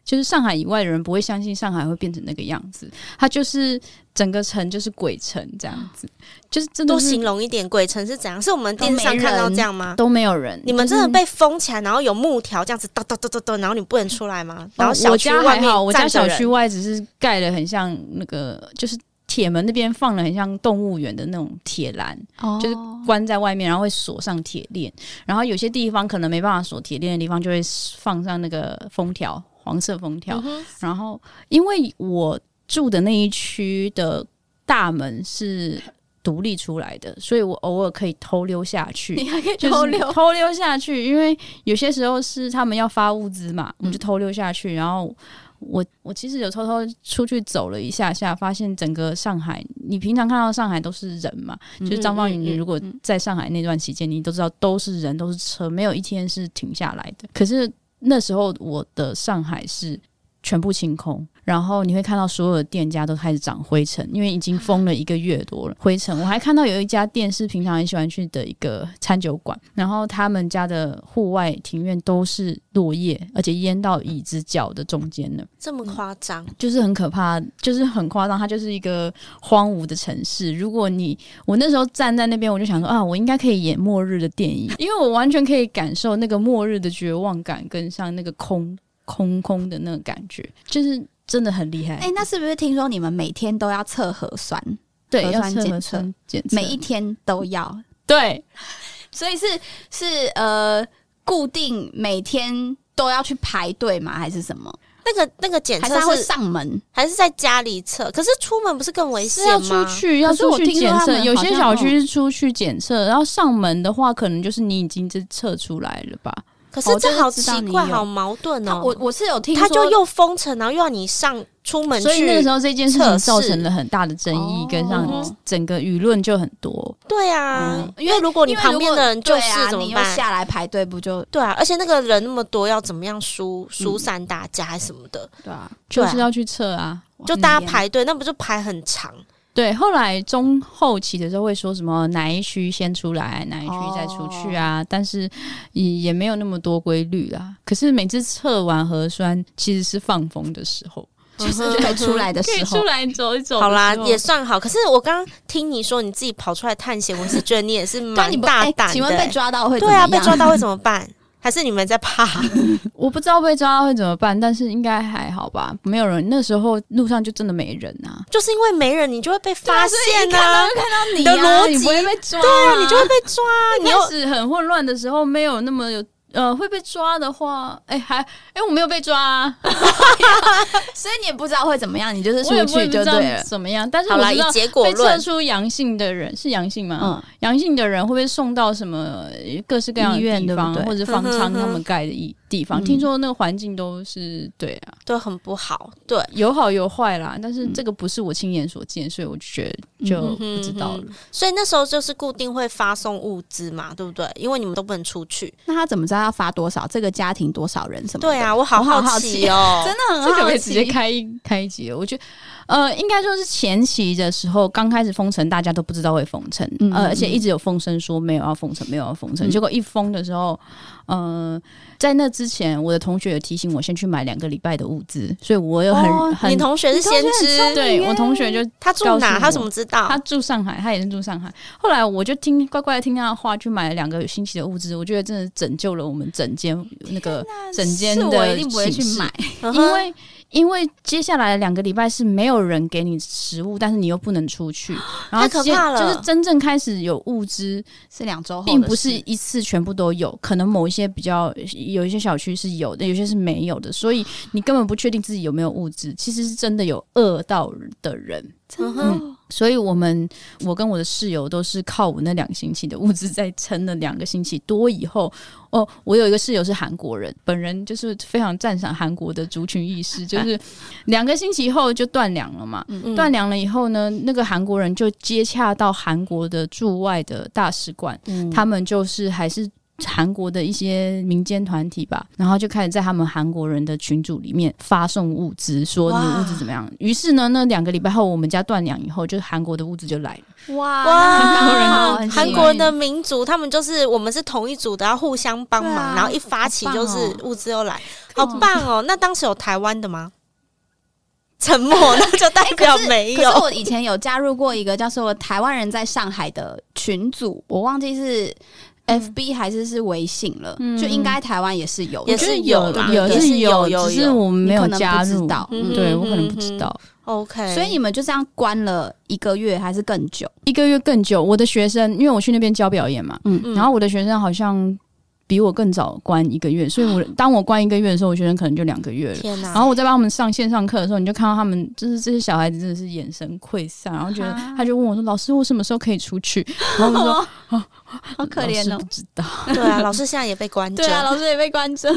Speaker 3: 就是上海以外的人不会相信上海会变成那个样子，它就是整个城就是鬼城这样子，就是真的
Speaker 1: 多
Speaker 3: 是
Speaker 1: 形容一点，鬼城是怎样？是我们电视上
Speaker 2: 都没
Speaker 1: 看到
Speaker 2: 人
Speaker 1: 这样吗？
Speaker 3: 都没有人，
Speaker 1: 啊
Speaker 3: 嗯
Speaker 1: 你们
Speaker 3: 就是
Speaker 1: 真的被封起来，然后有木条这样子，咚咚咚咚咚，然后你不能出来吗？然后
Speaker 3: 哦
Speaker 1: 小
Speaker 3: 我
Speaker 1: 区
Speaker 3: 家
Speaker 1: 外
Speaker 3: 还
Speaker 1: 面
Speaker 3: 好，我家
Speaker 1: 站着
Speaker 3: 小
Speaker 1: 人
Speaker 3: 区外只是盖的很像那个就是。铁门那边放了很像动物园的那种铁栏，
Speaker 2: 哦
Speaker 3: 就是关在外面，然后会锁上铁链，然后有些地方可能没办法锁铁链的地方，就会放上那个封条，黄色封条。
Speaker 1: 嗯哼
Speaker 3: 然后因为我住的那一区的大门是独立出来的，所以我偶尔可以偷溜下去。
Speaker 2: *laughs* 你还可以
Speaker 3: 就是
Speaker 2: 偷溜，
Speaker 3: 偷溜下去，因为有些时候是他们要发物资嘛，我
Speaker 2: 嗯
Speaker 3: 们就偷溜下去。然后我我其实有偷偷出去走了一下下，发现整个上海，你平常看到上海都是人嘛，就是张方宇，
Speaker 1: 嗯嗯
Speaker 3: 你如果在上海那段期间，你都知道都是人，都是车，没有一天是停下来的。可是那时候我的上海是全部清空，然后你会看到所有的店家都开始长灰尘，因为已经封了一个月多了灰尘。我还看到有一家店是平常很喜欢去的一个餐酒馆，然后他们家的户外庭院都是落叶，而且淹到椅子脚的中间了。
Speaker 2: 嗯
Speaker 1: 这么夸张，
Speaker 3: 就是很可怕，就是很夸张，它就是一个荒芜的城市。如果你我那时候站在那边，我就想说啊，我应该可以演末日的电影，因为我完全可以感受那个末日的绝望感，跟上那个空空空的那个感觉，就是真的很厉害。
Speaker 2: 哎、那是不是听说你们每天都要测核酸，
Speaker 3: 对，
Speaker 2: 核
Speaker 3: 要
Speaker 2: 酸
Speaker 3: 测
Speaker 2: 检
Speaker 3: 核
Speaker 2: 测
Speaker 3: 酸检测，
Speaker 2: 每一天都要？
Speaker 3: 对
Speaker 2: 所以是是呃，固定每天都要去排队吗？还是什么？
Speaker 1: 那个那个检
Speaker 2: 还
Speaker 1: 测
Speaker 2: 是他会
Speaker 1: 是
Speaker 2: 上门？
Speaker 1: 还是在家里测？可是出门不是更危
Speaker 3: 是
Speaker 1: 险
Speaker 3: 要
Speaker 1: 吗？
Speaker 3: 出去，要
Speaker 2: 可是我
Speaker 3: 出去
Speaker 2: 听说
Speaker 3: 检
Speaker 2: 他
Speaker 3: 测。
Speaker 2: 们
Speaker 3: 有
Speaker 2: 好
Speaker 3: 些
Speaker 2: 像
Speaker 3: 小区是出去检测，然后上门的话，可能就是你已经是测出来了吧？
Speaker 1: 可
Speaker 2: 哦
Speaker 1: 是
Speaker 2: 就是
Speaker 1: 这好
Speaker 2: 知
Speaker 1: 奇
Speaker 2: 道你
Speaker 1: 怪，
Speaker 2: 有
Speaker 1: 好矛盾
Speaker 2: 他
Speaker 1: 哦。
Speaker 2: 我我是有听说，
Speaker 1: 他就又封城，然后又要你上出门
Speaker 3: 所以
Speaker 1: 去，
Speaker 3: 那个时候这件事
Speaker 1: 测
Speaker 3: 情
Speaker 1: 试
Speaker 3: 造成了很大的争议
Speaker 2: 哦，
Speaker 3: 跟让整个舆论就很多。
Speaker 1: 对啊，
Speaker 2: 嗯
Speaker 1: 因为如果你
Speaker 2: 因为
Speaker 1: 旁边
Speaker 2: 如果
Speaker 1: 的人就
Speaker 2: 对啊
Speaker 1: 是怎
Speaker 2: 你
Speaker 1: 么
Speaker 2: 又
Speaker 1: 办？
Speaker 2: 下来排队不就
Speaker 1: 对啊，而且那个人那么多，要怎么样
Speaker 2: 嗯
Speaker 1: 疏疏散大家还什么的？
Speaker 2: 对啊？
Speaker 3: 就是要去测啊。
Speaker 1: 就大
Speaker 2: 嗯
Speaker 1: 家排队，那不就排很长？
Speaker 3: 对，后来中后期的时候会说什么哪一区先出来，哪一区再出去啊，
Speaker 1: 哦
Speaker 3: 但是也也没有那么多规律啦。可是每次测完核酸其实是放风的时候，
Speaker 2: 就是可以出来
Speaker 1: *laughs*
Speaker 2: 的
Speaker 3: 可以
Speaker 2: 时
Speaker 3: 出
Speaker 2: 候，
Speaker 3: 来走一走的时候。
Speaker 1: 好啦，也算好。可是我刚刚听你说你自己跑出来探险，我是觉得你也是
Speaker 2: 但 *laughs*
Speaker 1: 蛮
Speaker 2: 你不
Speaker 1: 大
Speaker 2: 哎
Speaker 1: 胆的、
Speaker 2: 请问被抓到会
Speaker 1: 对啊，
Speaker 2: 怎么 *laughs*
Speaker 1: 被
Speaker 2: 样
Speaker 1: 抓到会怎么办？还是你们在怕？
Speaker 3: 我不知道被抓到会怎么办，但是应该还好吧，没有人。那时候路上就真的没人啊，
Speaker 1: 就是因为没人，你就会被发现
Speaker 3: 呢、啊。看到你、啊、
Speaker 1: 的逻辑，
Speaker 3: 你不会被抓、啊，
Speaker 1: 对啊，你就会被抓。你
Speaker 3: 开始很混乱的时候，没有那么有。呃， *laughs* 会被抓的话，哎、欸，还哎、欸，我没有被抓、啊，
Speaker 2: 所以你也不知道会怎么样，你就是出
Speaker 3: 我也
Speaker 2: 去就对了，
Speaker 3: 怎么样？但是
Speaker 1: 好
Speaker 3: 啦，
Speaker 1: 以结果
Speaker 3: 被测出阳性的人是阳性吗？阳、嗯、性的人会不会送到什么呃各式各样的地方，
Speaker 2: 對對
Speaker 3: 或者方舱他们盖的地地方？嗯、听说那个环境都是对啊，
Speaker 1: 都很不好，对，
Speaker 3: 有好有坏啦。但是这个不是我亲眼所见，所以我觉得就不知道了。嗯、
Speaker 1: 所以那时候就是固定会发送物资嘛，对不对？因为你们都不能出去，
Speaker 2: 那他怎么知道？要发多少？这个家庭多少人？什么？
Speaker 1: 对啊，我
Speaker 2: 好
Speaker 1: 好奇哦，
Speaker 2: *laughs* 真的很好奇。
Speaker 3: *laughs* 这个直接开一开一集了，我觉得，呃，应该说是前期的时候，刚开始封城，大家都不知道会封城，嗯嗯嗯呃，而且一直有风声说没有要封城，没有要封
Speaker 2: 嗯
Speaker 3: 城。结果一封的时候，呃，在那之前，我的同学有提醒我先去买两个礼拜的物资，所以我有很、
Speaker 1: 哦、
Speaker 3: 很。
Speaker 1: 你同学是先知？
Speaker 3: 对我同学就
Speaker 1: 他住哪？他怎么知道？
Speaker 3: 他住上海，他也是住上海。后来我就听乖乖的听他的话，去买了两个星期的物资。我觉得真的拯救了我。我们整间那个整间的，
Speaker 2: 我一定不会去买，
Speaker 1: 嗯
Speaker 3: 因为因为接下来两个礼拜是没有人给你食物，但是你又不能
Speaker 1: *gasps*
Speaker 3: 出去，然后
Speaker 1: 可怕了。哦
Speaker 3: 就是真正开始有物资
Speaker 2: 是两周后，
Speaker 3: 并不是一次全部都有，可能某一些比较有一些小区是有的，有些是没有的，所以你根本不确定自己有没有物资。其实是真的有饿到的人。
Speaker 2: 真的、嗯，
Speaker 3: 所以我们我跟我的室友都是靠我那两星期的物资在撑了两个星期多以后，哦，我有一个室友是韩国人，本人就是非常赞赏韩国的族群意识，就是两个星期后就断粮了嘛，断粮、嗯嗯、了以后呢，那个韩国人就接洽到韩国的驻外的大使馆，
Speaker 2: 嗯
Speaker 3: 他们就是还是。韩国的一些民间团体吧，然后就开始在他们韩国人的群组里面发送物资，说你物资怎么样。于是呢，那两个礼拜后，我们家断粮以后，就韩国的物资就来
Speaker 2: 了。哇，哇
Speaker 1: 韩国人，韩国的民族，他们就是我们是同一组的，要互相帮忙，啊、然后一发起就是物资又来，好棒,哦、好棒哦！那当时有台湾的吗？沉默，那就代表没有
Speaker 2: 欸可。可是我以前有加入过一个叫做台湾人在上海的群组，我忘记是。F B 还是是微信了，就应该台湾也是有，
Speaker 1: 也
Speaker 3: 是
Speaker 1: 有啦，也
Speaker 3: 是
Speaker 1: 有，嗯
Speaker 3: 只是我们没有加入。
Speaker 2: 到，
Speaker 3: 对我可能不知道。
Speaker 1: OK，
Speaker 2: 所以你们就这样关了一个月还是更久？
Speaker 3: 一个月更久。我的学生，因为我去那边教表演嘛，嗯，然后我的学生好像比我更早关一个月，所以
Speaker 1: 啊
Speaker 3: 我当我关一个月的时候，我学生可能就两个月了。
Speaker 1: 天哪！
Speaker 3: 然后我在帮他们上线上课的时候，你就看到他们就是这些小孩子真的是眼神溃散，然后觉得他就问我说：“老师，我什么时候可以出去？” *laughs* 然后我说：“啊。”
Speaker 2: 好可怜哦，
Speaker 3: 不知道。
Speaker 1: 对啊，老师现在也被关着。
Speaker 2: 对啊，老师也被关着。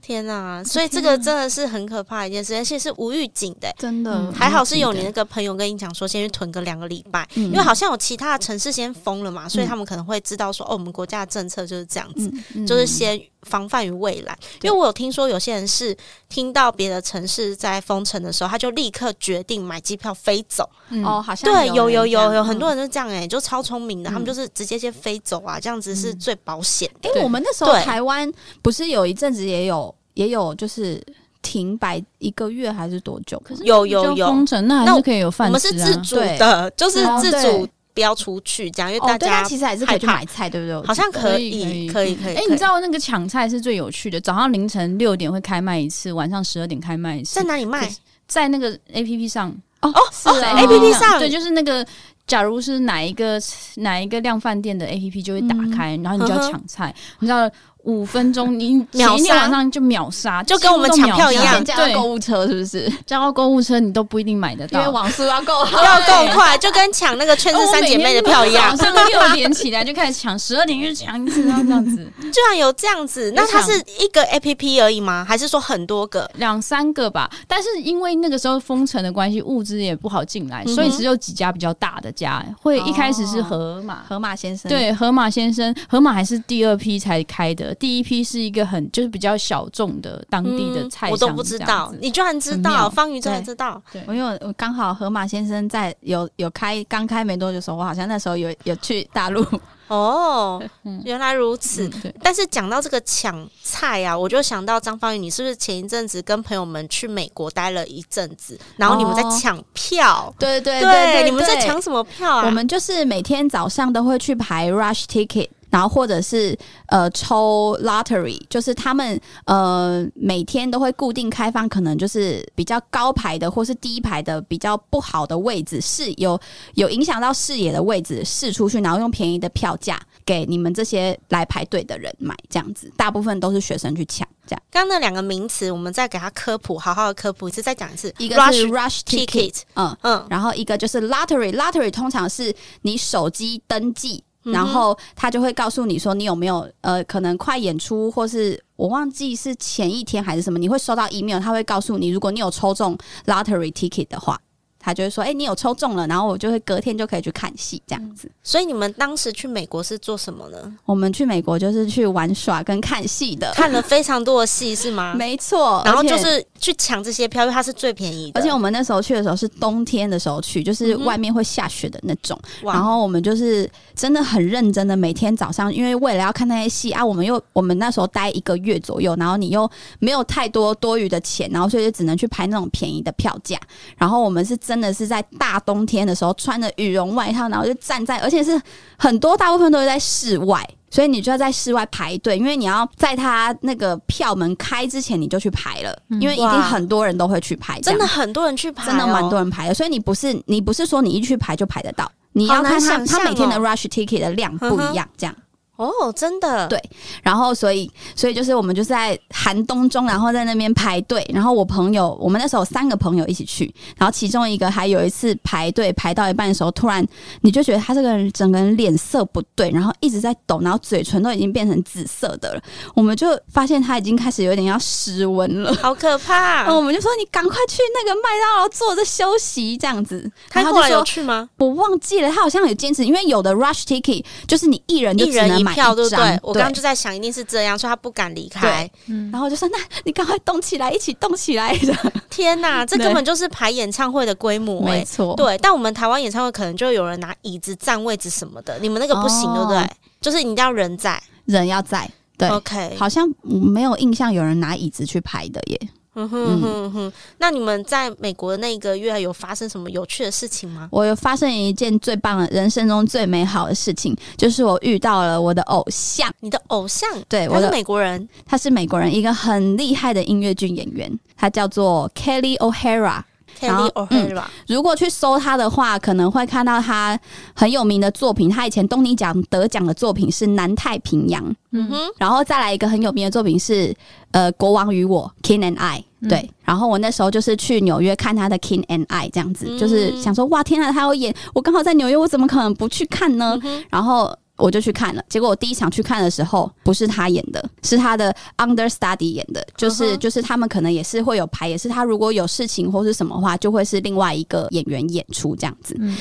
Speaker 1: 天哪、啊！所以这个真的是很可怕一件事，而且是无预警的、欸，
Speaker 2: 真的、嗯、
Speaker 1: 还好是有你那个朋友跟你讲说，先去囤个两个礼拜，嗯、因为好像有其他的城市先封了嘛，所以他们可能会知道说，哦，我们国家的政策就是这样子，嗯、就是先防范于未来。因为我有听说有些人是听到别的城市在封城的时候，他就立刻决定买机票飞走。
Speaker 3: 嗯
Speaker 2: 哦，好像
Speaker 1: 对，有
Speaker 2: 有
Speaker 1: 有有很多人就这样哎、欸，就超聪明的，他们就是直接先飞走啊，这样子是最保险。
Speaker 2: 哎、欸，我们那时候台湾不是有一阵子也有。也有就是停摆一个月还是多久？
Speaker 3: 可是
Speaker 1: 有有有
Speaker 3: 封城，那还是可以有饭、啊。哦
Speaker 1: 我们是自主的，就是自主不要出去，这样因为大家、
Speaker 2: 哦、其实还是可以去买菜，对不对？
Speaker 1: 好像可以，可以，可以。哎、
Speaker 3: 欸，你知道那个抢菜是最有趣的，早上凌晨六点会开卖一次，晚上十二点开卖一次。
Speaker 1: 在哪里卖？
Speaker 3: 在那个 A P P 上
Speaker 1: 哦哦
Speaker 3: 哦
Speaker 1: ，A P P 上
Speaker 3: 对，就是那个。假如是哪一个哪一个量饭店的 A P P 就会打开，嗯、然后你就要抢菜，嗯、你知道五分钟你
Speaker 1: *laughs* 秒
Speaker 3: 天晚上就秒杀，
Speaker 1: 就跟我们抢票一样，
Speaker 2: 加到购物车是不是？
Speaker 3: 加到购物车你都不一定买得到，
Speaker 2: 因为网速要够
Speaker 1: 要够快，就跟抢
Speaker 3: *laughs*
Speaker 1: 那个《
Speaker 3: 哦
Speaker 1: 圈子三姐妹》的票一样。
Speaker 3: 早上 *laughs* 六点起来就开始抢，十二点就抢一次，然后这样子。
Speaker 1: 居然有这样子，那它是一个 A P P 而已吗？还是说很多个？
Speaker 3: 两三个吧，但是因为那个时候封城的关系，物资也不好进来，嗯、所以只有几家比较大的。家会
Speaker 1: 哦
Speaker 3: 一开始是河马，
Speaker 2: 河马先生
Speaker 3: 对河马先生，河马还是第二批才开的，第一批是一个很就是比较小众的当地的菜、嗯，
Speaker 1: 我都不知道，你居然知道，方瑜居然知道，
Speaker 3: 对，
Speaker 2: 我有我刚好河马先生在有有开刚开没多久的时候，我好像那时候有有去大陆。
Speaker 3: *laughs*
Speaker 1: 哦，原来如此。嗯、但是讲到这个抢菜啊，我就想到张方宇，你是不是前一阵子跟朋友们去美国待了一阵子，然后你们在抢票？哦、
Speaker 2: 对对对对，
Speaker 1: 你们在抢什么票啊？
Speaker 2: 我们就是每天早上都会去排 rush ticket。然后或者是呃抽 lottery，就是他们呃每天都会固定开放，可能就是比较高排的或是低排的比较不好的位置，是有有影响到视野的位置试出去，然后用便宜的票价给你们这些来排队的人买，这样子，大部分都是学生去抢，这样
Speaker 1: 刚刚那两个名词，我们再给它科普，好好的科普一次，再讲一次。
Speaker 2: 一个是
Speaker 1: rush
Speaker 2: rush ticket，
Speaker 1: ticket，
Speaker 2: 嗯，
Speaker 1: 嗯，
Speaker 2: 然后一个就是 lottery，lottery 通常是你手机登记，
Speaker 1: 嗯
Speaker 2: 然后他就会告诉你说你有没有呃，可能快演出或是我忘记是前一天还是什么，你会收到 email，他会告诉你，如果你有抽中 lottery ticket 的话，他就会说，哎、你有抽中了，然后我就会隔天就可以去看戏这样子。
Speaker 1: 所以你们当时去美国是做什么呢？
Speaker 2: 我们去美国就是去玩耍跟看
Speaker 1: *laughs*
Speaker 2: 戏的，
Speaker 1: 看了非常多的戏是吗？
Speaker 2: 呃 *laughs* 没错，
Speaker 1: 然后
Speaker 2: 而且
Speaker 1: 就是去抢这些票，因为它是最便宜的。
Speaker 2: 而且我们那时候去的时候是冬天的时候去，就是
Speaker 1: 嗯哼
Speaker 2: 外面会下雪的那种。
Speaker 1: 哇
Speaker 2: 然后我们就是真的很认真的每天早上，因为为了要看那些戏啊，我们又我们那时候待一个月左右，然后你又没有太多多余的钱，然后所以就只能去拍那种便宜的票价。然后我们是真的是在大冬天的时候穿着羽绒外套，然后就站在，而且是很多大部分都是在室外。所以你就要在室外排队，因为你要在他那个票门开之前你就去排了，因为一定
Speaker 1: 哇
Speaker 2: 很多人都会去排，这
Speaker 1: 真
Speaker 2: 样
Speaker 1: 的很多人去排、哦，
Speaker 2: 真的蛮多人排的，所以你不是你不是说你一去排就排得到，你要
Speaker 1: 好难
Speaker 2: 看他
Speaker 1: 想象
Speaker 2: 他每天的
Speaker 1: 哦嗯
Speaker 2: rush ticket 的量不一样，这样。
Speaker 1: 哦，真的。
Speaker 2: 对然后所以所以就是我们就是在寒冬中，然后在那边排队。然后我朋友，我们那时候有三个朋友一起去，然后其中一个还有一次排队排到一半的时候，突然你就觉得他这个人整个人脸色不对，然后一直在抖，然后嘴唇都已经变成紫色的了。我们就发现他已经开始有点要失温了。
Speaker 1: 好可怕！
Speaker 2: 然后我们就说你赶快去那个麦当劳坐着休息，这样子。然
Speaker 1: 他后
Speaker 2: 后就
Speaker 1: 来有
Speaker 2: 说
Speaker 1: 去吗？
Speaker 2: 我忘记了，他好像有坚持，因为有的 rush ticket 就是你一人就
Speaker 1: 一
Speaker 2: 只
Speaker 1: 人
Speaker 2: 能
Speaker 1: 一
Speaker 2: 买
Speaker 1: 票，对
Speaker 2: 张，
Speaker 1: 不对？我刚刚就
Speaker 2: 对
Speaker 1: 在想，一定是这样，所以他不敢离开。
Speaker 3: 嗯
Speaker 2: 然后我就说：“那你赶快动起来，一起动起来！”这样
Speaker 1: 天哪，这
Speaker 2: 对
Speaker 1: 根本就是排演唱会的规模哎、
Speaker 2: 错，
Speaker 1: 对，但我们台湾演唱会可能就有人拿椅子、占位置什么的，你们那个不行，
Speaker 2: 哦
Speaker 1: 对不对？就是你一定要人在。
Speaker 2: 人要在对，
Speaker 1: OK，
Speaker 2: 好像没有印象有人拿椅子去排的耶。
Speaker 1: 嗯哼嗯哼嗯哼。那你们在美国的那个月有发生什么有趣的事情吗？
Speaker 2: 我有发生一件最棒的人生中最美好的事情，就是我遇到了我的偶像，
Speaker 1: 你的偶像，
Speaker 2: 对
Speaker 1: 他
Speaker 2: 我
Speaker 1: 是
Speaker 2: 的
Speaker 1: 美国人，
Speaker 2: 他是美国人，一个很厉害的音乐剧演员，他叫做 Kelly O'Hara。然后嗯
Speaker 1: Kelly O'Hara 吧？
Speaker 2: 如果去搜他的话，可能会看到他很有名的作品。他以前东尼奖得奖的作品是《南太平洋》，
Speaker 1: 嗯哼，
Speaker 2: 然后再来一个很有名的作品是呃《国王与我》（King and I）。对，
Speaker 1: 嗯
Speaker 2: 然后我那时候就是去纽约看他的《King and I》，这样子，
Speaker 1: 嗯
Speaker 2: 就是想说哇，天啊，他要演，我刚好在纽约，我怎么可能不去看呢？
Speaker 1: 嗯哼，
Speaker 2: 然后我就去看了，结果我第一场去看的时候，不是他演的，是他的 understudy 演的，就是、
Speaker 1: 嗯哼
Speaker 2: 就是他们可能也是会有排，也是他如果有事情或是什么话，就会是另外一个演员演出这样子。
Speaker 3: 嗯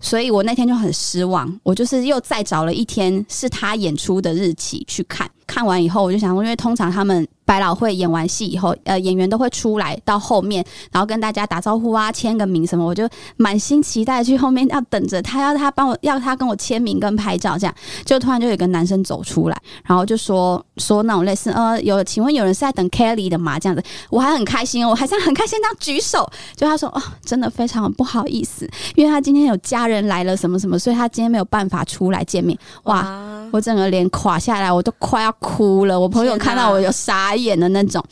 Speaker 2: 所以我那天就很失望，我就是又再找了一天是他演出的日期去看。看完以后，我就想说，因为通常他们百老汇演完戏以后，呃，演员都会出来到后面，然后跟大家打招呼啊，签个名什么，我就满心期待去后面要等着他，要他帮我，要他跟我签名跟拍照这样。就突然就有一个男生走出来，然后就说说那种类似呃，有请问有人是在等 Kelly 的吗？这样子，我还很开心哦，我还在很开心这样举手，就他说哦，真的非常不好意思，因为他今天有家人来了什么什么，所以他今天没有办法出来见面。哇，
Speaker 1: 哇，
Speaker 2: 我整个脸垮下来，我都快要哭了。我朋友
Speaker 1: 天哪
Speaker 2: 看到我有傻眼的那种，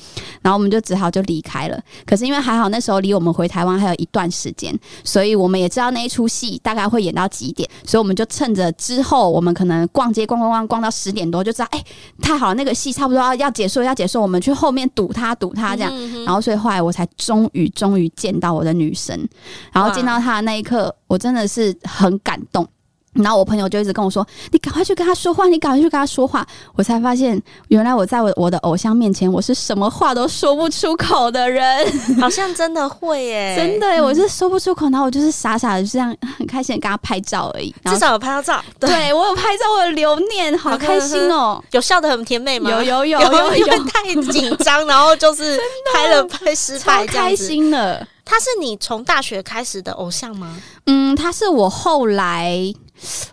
Speaker 2: 然后我们就只好就离开了。可是因为还好那时候离我们回台湾还有一段时间，所以我们也知道那一出戏大概会演到几点，所以我们就趁着之后我们可能逛街逛逛逛逛到十点多，就知道哎、太好了，那个戏差不多要要结束了要结束了，我们去后面堵他堵他这样。
Speaker 1: 嗯哼
Speaker 2: 然后所以后来我才终于终于见到我的女神，然后见到她的那一刻，我真的是很感动。然后我朋友就一直跟我说：“你赶快去跟她说话，你赶快去跟她说话。”我才发现，原来我在我我的偶像面前，我是什么话都说不出口的人，
Speaker 1: 好像真的会耶，
Speaker 2: 嗯真的耶、我是说不出口。然后我就是傻傻的就这样很开心的跟她拍照而已。然
Speaker 1: 至
Speaker 2: 后
Speaker 1: 少有拍到照，
Speaker 2: 对我有拍照，我有留念，好开心哦、
Speaker 1: 有笑得很甜美吗？
Speaker 2: 有有
Speaker 1: 有
Speaker 2: 有有
Speaker 1: 因为
Speaker 2: 有，
Speaker 1: 太紧
Speaker 2: *laughs*
Speaker 1: 张，然后就是拍了拍失
Speaker 2: 超
Speaker 1: 败这
Speaker 2: 开
Speaker 1: 样子。
Speaker 2: 心的。
Speaker 1: 他是你从大学开始的偶像吗？
Speaker 2: 嗯，他是我后来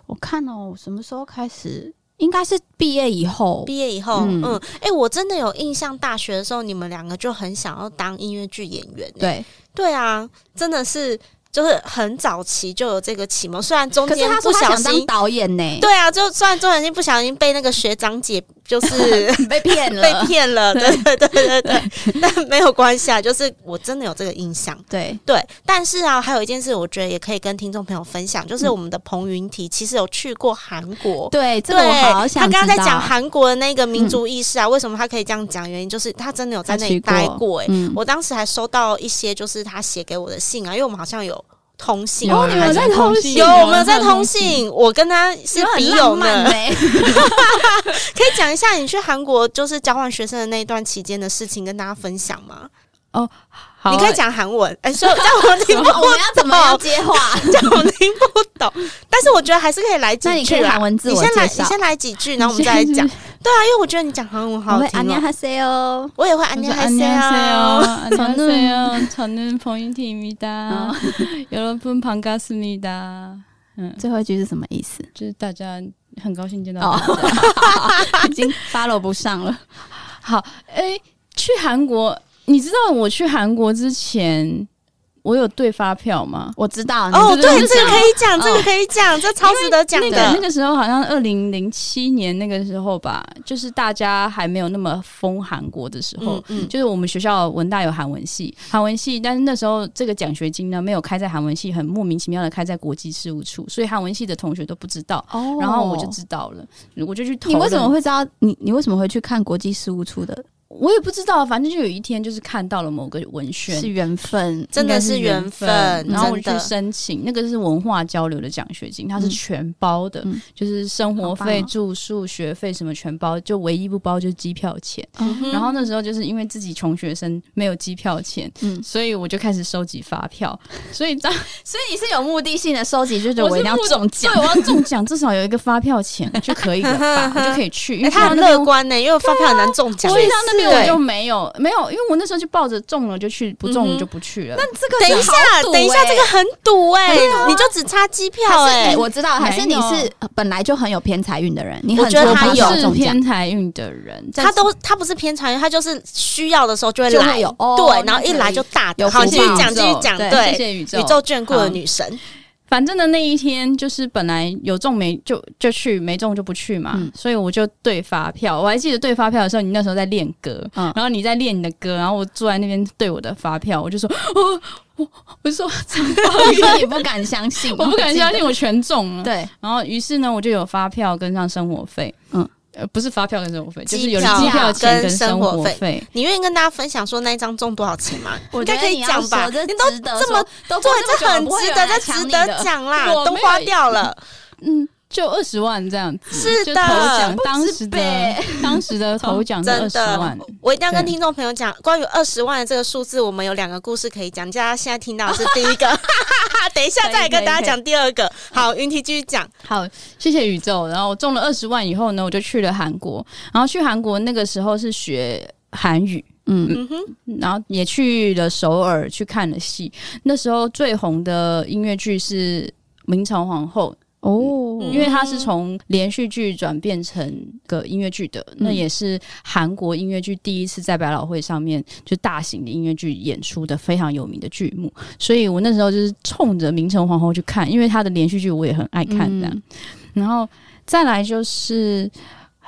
Speaker 2: 我看哦，我什么时候开始？应该是毕业以后。
Speaker 1: 毕业以后，
Speaker 2: 嗯
Speaker 1: 嗯，哎、我真的有印象，大学的时候你们两个就很想要当音乐剧演员、欸。
Speaker 2: 对，
Speaker 1: 对啊，真的是就是很早期就有这个启蒙，虽然中
Speaker 2: 可是
Speaker 1: 间
Speaker 2: 他
Speaker 1: 不
Speaker 2: 说他
Speaker 1: 小
Speaker 2: 想当
Speaker 1: 心，
Speaker 2: 导演呢、
Speaker 1: 对啊，就虽然中间不小心被那个学长姐就是
Speaker 2: *laughs* 被骗了，
Speaker 1: 被骗了，对对对对对，但没有关系啊，就是我真的有这个印象。
Speaker 2: 对，
Speaker 1: 对，但是啊，还有一件事，我觉得也可以跟听众朋友分享，就是
Speaker 2: 嗯
Speaker 1: 我们的彭云提其实有去过韩国。
Speaker 2: 对，这
Speaker 1: 对，
Speaker 2: 个我好想
Speaker 1: 他
Speaker 2: 知道。
Speaker 1: 刚刚
Speaker 2: 嗯
Speaker 1: 在讲韩国的那个民族意识啊，为什么他可以这样讲？原因就是他真的有在那里
Speaker 3: 他去
Speaker 1: 待
Speaker 3: 过
Speaker 1: 过、欸。
Speaker 3: 嗯，
Speaker 1: 我当时还收到一些就是他写给我的信啊，因为我们好像有通信。
Speaker 3: 有啊
Speaker 2: 哦，你们有在
Speaker 3: 还在
Speaker 2: 通
Speaker 3: 通
Speaker 2: 信，
Speaker 3: 信
Speaker 1: 有，我们有在
Speaker 3: 有在
Speaker 1: 通
Speaker 3: 通
Speaker 1: 信，我跟他是笔
Speaker 2: 很
Speaker 1: 友
Speaker 2: 浪
Speaker 1: 呢
Speaker 2: 漫。欸呢。
Speaker 1: 可以讲一下你去韩国就是交换学生的那一段期间的事情，跟大家分享吗？
Speaker 3: 好
Speaker 1: 你可以讲韩文，
Speaker 2: 欸
Speaker 1: 哎、说这样我听
Speaker 2: *laughs*
Speaker 1: 不懂，
Speaker 2: 我们要怎么样接话？
Speaker 1: 这样我听不懂。但是我觉得还是可以来
Speaker 2: 那
Speaker 1: 几
Speaker 2: 你可
Speaker 1: 句
Speaker 2: 以
Speaker 1: 啊
Speaker 2: 韩。文字
Speaker 1: 你
Speaker 2: 我
Speaker 1: 先来，
Speaker 2: 介
Speaker 1: 你
Speaker 2: 绍。
Speaker 1: 先来几句，然后我们再来讲。 *laughs* 对啊，因为我觉得你讲韩文好
Speaker 2: 我
Speaker 1: 好
Speaker 2: 会
Speaker 1: 听
Speaker 2: 안녕
Speaker 1: 哦。
Speaker 2: 하세요。
Speaker 1: 我也会安妮还是啊，
Speaker 3: 哦 안녕하세요. 저는 버인티입니다.
Speaker 1: 嗯
Speaker 3: *laughs* 여러분 반갑습니다.
Speaker 2: 最后一句是什么意思？
Speaker 3: 就是大家很高兴见到。
Speaker 2: 哦， *laughs* 已经 follow 不上了。
Speaker 3: 好，哎、去韩国，你知道我去韩国之前，我有对发票吗？
Speaker 2: 我知道，
Speaker 1: 哦，
Speaker 2: 你是不
Speaker 1: 对，
Speaker 2: 是
Speaker 1: 这个可以讲，
Speaker 2: 哦
Speaker 1: 这个可以讲，这超值得讲
Speaker 3: 那个那
Speaker 1: 的。
Speaker 3: 个时候好像二零零七年那个时候吧，就是大家还没有那么疯韩国的时候，
Speaker 1: 嗯嗯，
Speaker 3: 就是我们学校文大有韩文系，韩文系，但是那时候这个奖学金呢没有开在韩文系，很莫名其妙的开在国际事务处，所以韩文系的同学都不知道，
Speaker 2: 哦
Speaker 3: 然后我就知道了，我就去投。
Speaker 2: 你为什么？会知道？你你为什么会去看国际事务处的？
Speaker 3: 我也不知道，反正就有一天就是看到了某个文宣
Speaker 2: 是。缘分。
Speaker 1: 真的是缘分，
Speaker 3: 然后我
Speaker 1: 真
Speaker 3: 就去
Speaker 1: 的。
Speaker 3: 申请，那个是文化交流的奖学金，它是
Speaker 2: 嗯
Speaker 3: 全包的，
Speaker 2: 嗯
Speaker 3: 就是生活
Speaker 2: 好
Speaker 3: 费、
Speaker 2: 棒哦
Speaker 3: 住宿、学费什么全包，就唯一不包就是机票钱。
Speaker 1: 嗯
Speaker 3: 然后那时候就是因为自己穷学生没有机票钱，
Speaker 2: 嗯
Speaker 3: 所以我就开始收集发票，所以当
Speaker 2: *laughs* 所以你是有目的性的收集，就是
Speaker 3: 我
Speaker 2: 我一定要
Speaker 3: 是目
Speaker 2: 中奖。
Speaker 3: 对我要中奖，至少有一个发
Speaker 2: *laughs*
Speaker 3: 票钱就可以了吧，我就可以去。因
Speaker 1: 哎，
Speaker 3: 为
Speaker 1: 他很
Speaker 3: 那边
Speaker 1: 乐观呢，因为发票很难中奖。
Speaker 3: 我去到那边我
Speaker 1: 对
Speaker 3: 就没有没有，因为我那时候就抱着中了就去，不中
Speaker 1: 嗯哼
Speaker 3: 我就不去了。
Speaker 2: 这个
Speaker 1: 等一下，等一下，这个很赌哎
Speaker 2: 很赌，啊
Speaker 1: 你就只差机票
Speaker 2: 还
Speaker 1: 哎
Speaker 2: 是。欸我知道，还是你
Speaker 3: 没
Speaker 2: 是呃本来就很有偏财运的人，你很
Speaker 1: 我觉得
Speaker 2: 多
Speaker 1: 他
Speaker 2: 朋
Speaker 1: 有
Speaker 2: 友
Speaker 3: 是
Speaker 2: 中奖
Speaker 3: 偏财运的人，在
Speaker 1: 他都他不是偏财运，他就是需要的时候就会
Speaker 2: 就
Speaker 1: 来
Speaker 2: 会，有哦
Speaker 1: 对，然
Speaker 2: 那
Speaker 1: 后一
Speaker 2: 可
Speaker 1: 来
Speaker 2: 以
Speaker 1: 就大的。
Speaker 2: 有
Speaker 1: 好，
Speaker 2: 福
Speaker 1: 继续
Speaker 2: 报
Speaker 1: 讲，继续讲，
Speaker 2: 对
Speaker 3: 谢
Speaker 1: 对，
Speaker 3: 谢宇宙
Speaker 1: 宇宙眷顾
Speaker 3: 好
Speaker 1: 的女神，
Speaker 3: 反正呢，那一天就是本来有中没就就去，没中就不去嘛，
Speaker 2: 嗯
Speaker 3: 所以我就对发票。我还记得对发票的时候，你那时候在练歌，
Speaker 2: 嗯
Speaker 3: 然后你在练你的歌，然后我坐在那边对我的发票，我就说，哦，我我说
Speaker 2: 所以你不敢相信，
Speaker 3: 我不敢相信
Speaker 2: *laughs* 我
Speaker 3: 我全中
Speaker 2: 记得。
Speaker 3: 了。
Speaker 2: 对，
Speaker 3: 然后于是呢，我就有发票跟上生活费，
Speaker 2: 嗯
Speaker 3: 嗯，呃，不是发票跟生活费，就
Speaker 1: 机
Speaker 3: 是有
Speaker 1: 票
Speaker 3: 机票钱
Speaker 1: 跟
Speaker 3: 跟
Speaker 1: 生
Speaker 3: 生
Speaker 1: 活
Speaker 3: 活
Speaker 1: 费
Speaker 3: 费。
Speaker 1: 你愿意跟大家分享说那一张中多少钱吗？
Speaker 2: 我
Speaker 1: 应
Speaker 2: 觉
Speaker 1: 该
Speaker 2: 得
Speaker 1: 可以
Speaker 2: 你要
Speaker 1: 讲吧？
Speaker 2: 说这
Speaker 1: 你都
Speaker 2: 值得
Speaker 1: 这么
Speaker 2: 说都
Speaker 1: 对
Speaker 2: 过，么久
Speaker 1: 这
Speaker 2: 了
Speaker 1: 很
Speaker 2: 不会
Speaker 1: 值
Speaker 2: 有
Speaker 1: 得，
Speaker 2: 人
Speaker 1: 这
Speaker 2: 来
Speaker 1: 值
Speaker 2: 抢你
Speaker 1: 得
Speaker 2: 的
Speaker 1: 讲啦
Speaker 2: *laughs*
Speaker 3: 我，
Speaker 1: 都
Speaker 3: 没有
Speaker 1: 花掉了。
Speaker 3: 嗯，就二十万这样
Speaker 2: 嗯
Speaker 3: 子，
Speaker 1: 是
Speaker 3: 就
Speaker 1: 的
Speaker 3: 头奖当
Speaker 2: 止
Speaker 3: 时的
Speaker 2: 呗
Speaker 3: *laughs* 当时的头奖是
Speaker 1: 真
Speaker 3: 二十
Speaker 1: 的
Speaker 3: 万，
Speaker 1: 我一定要跟
Speaker 3: 对
Speaker 1: 听众朋友讲，关于二十万的这个数字，我们有两个故事可以讲。大家现在听到的是第一个，
Speaker 2: *laughs*
Speaker 1: *laughs* 等一下再来跟大家讲第二个。好，云提继续讲。
Speaker 2: 嗯
Speaker 3: 好，谢谢宇宙。然后我中了二十万以后呢，我就去了韩国。然后去韩国那个时候是学韩语，
Speaker 2: 嗯，
Speaker 1: 嗯哼，
Speaker 3: 然后也去了首尔去看了戏。那时候最红的音乐剧是《明朝皇后》，
Speaker 2: 哦
Speaker 1: 嗯
Speaker 3: 因为它是从连续剧转变成个音乐剧的，那也是韩国音乐剧第一次在百老汇上面就大型的音乐剧演出的非常有名的剧目，所以我那时候就是冲着《明成皇后》去看，因为它的连续剧我也很爱看的。
Speaker 2: 嗯
Speaker 3: 然后再来就是。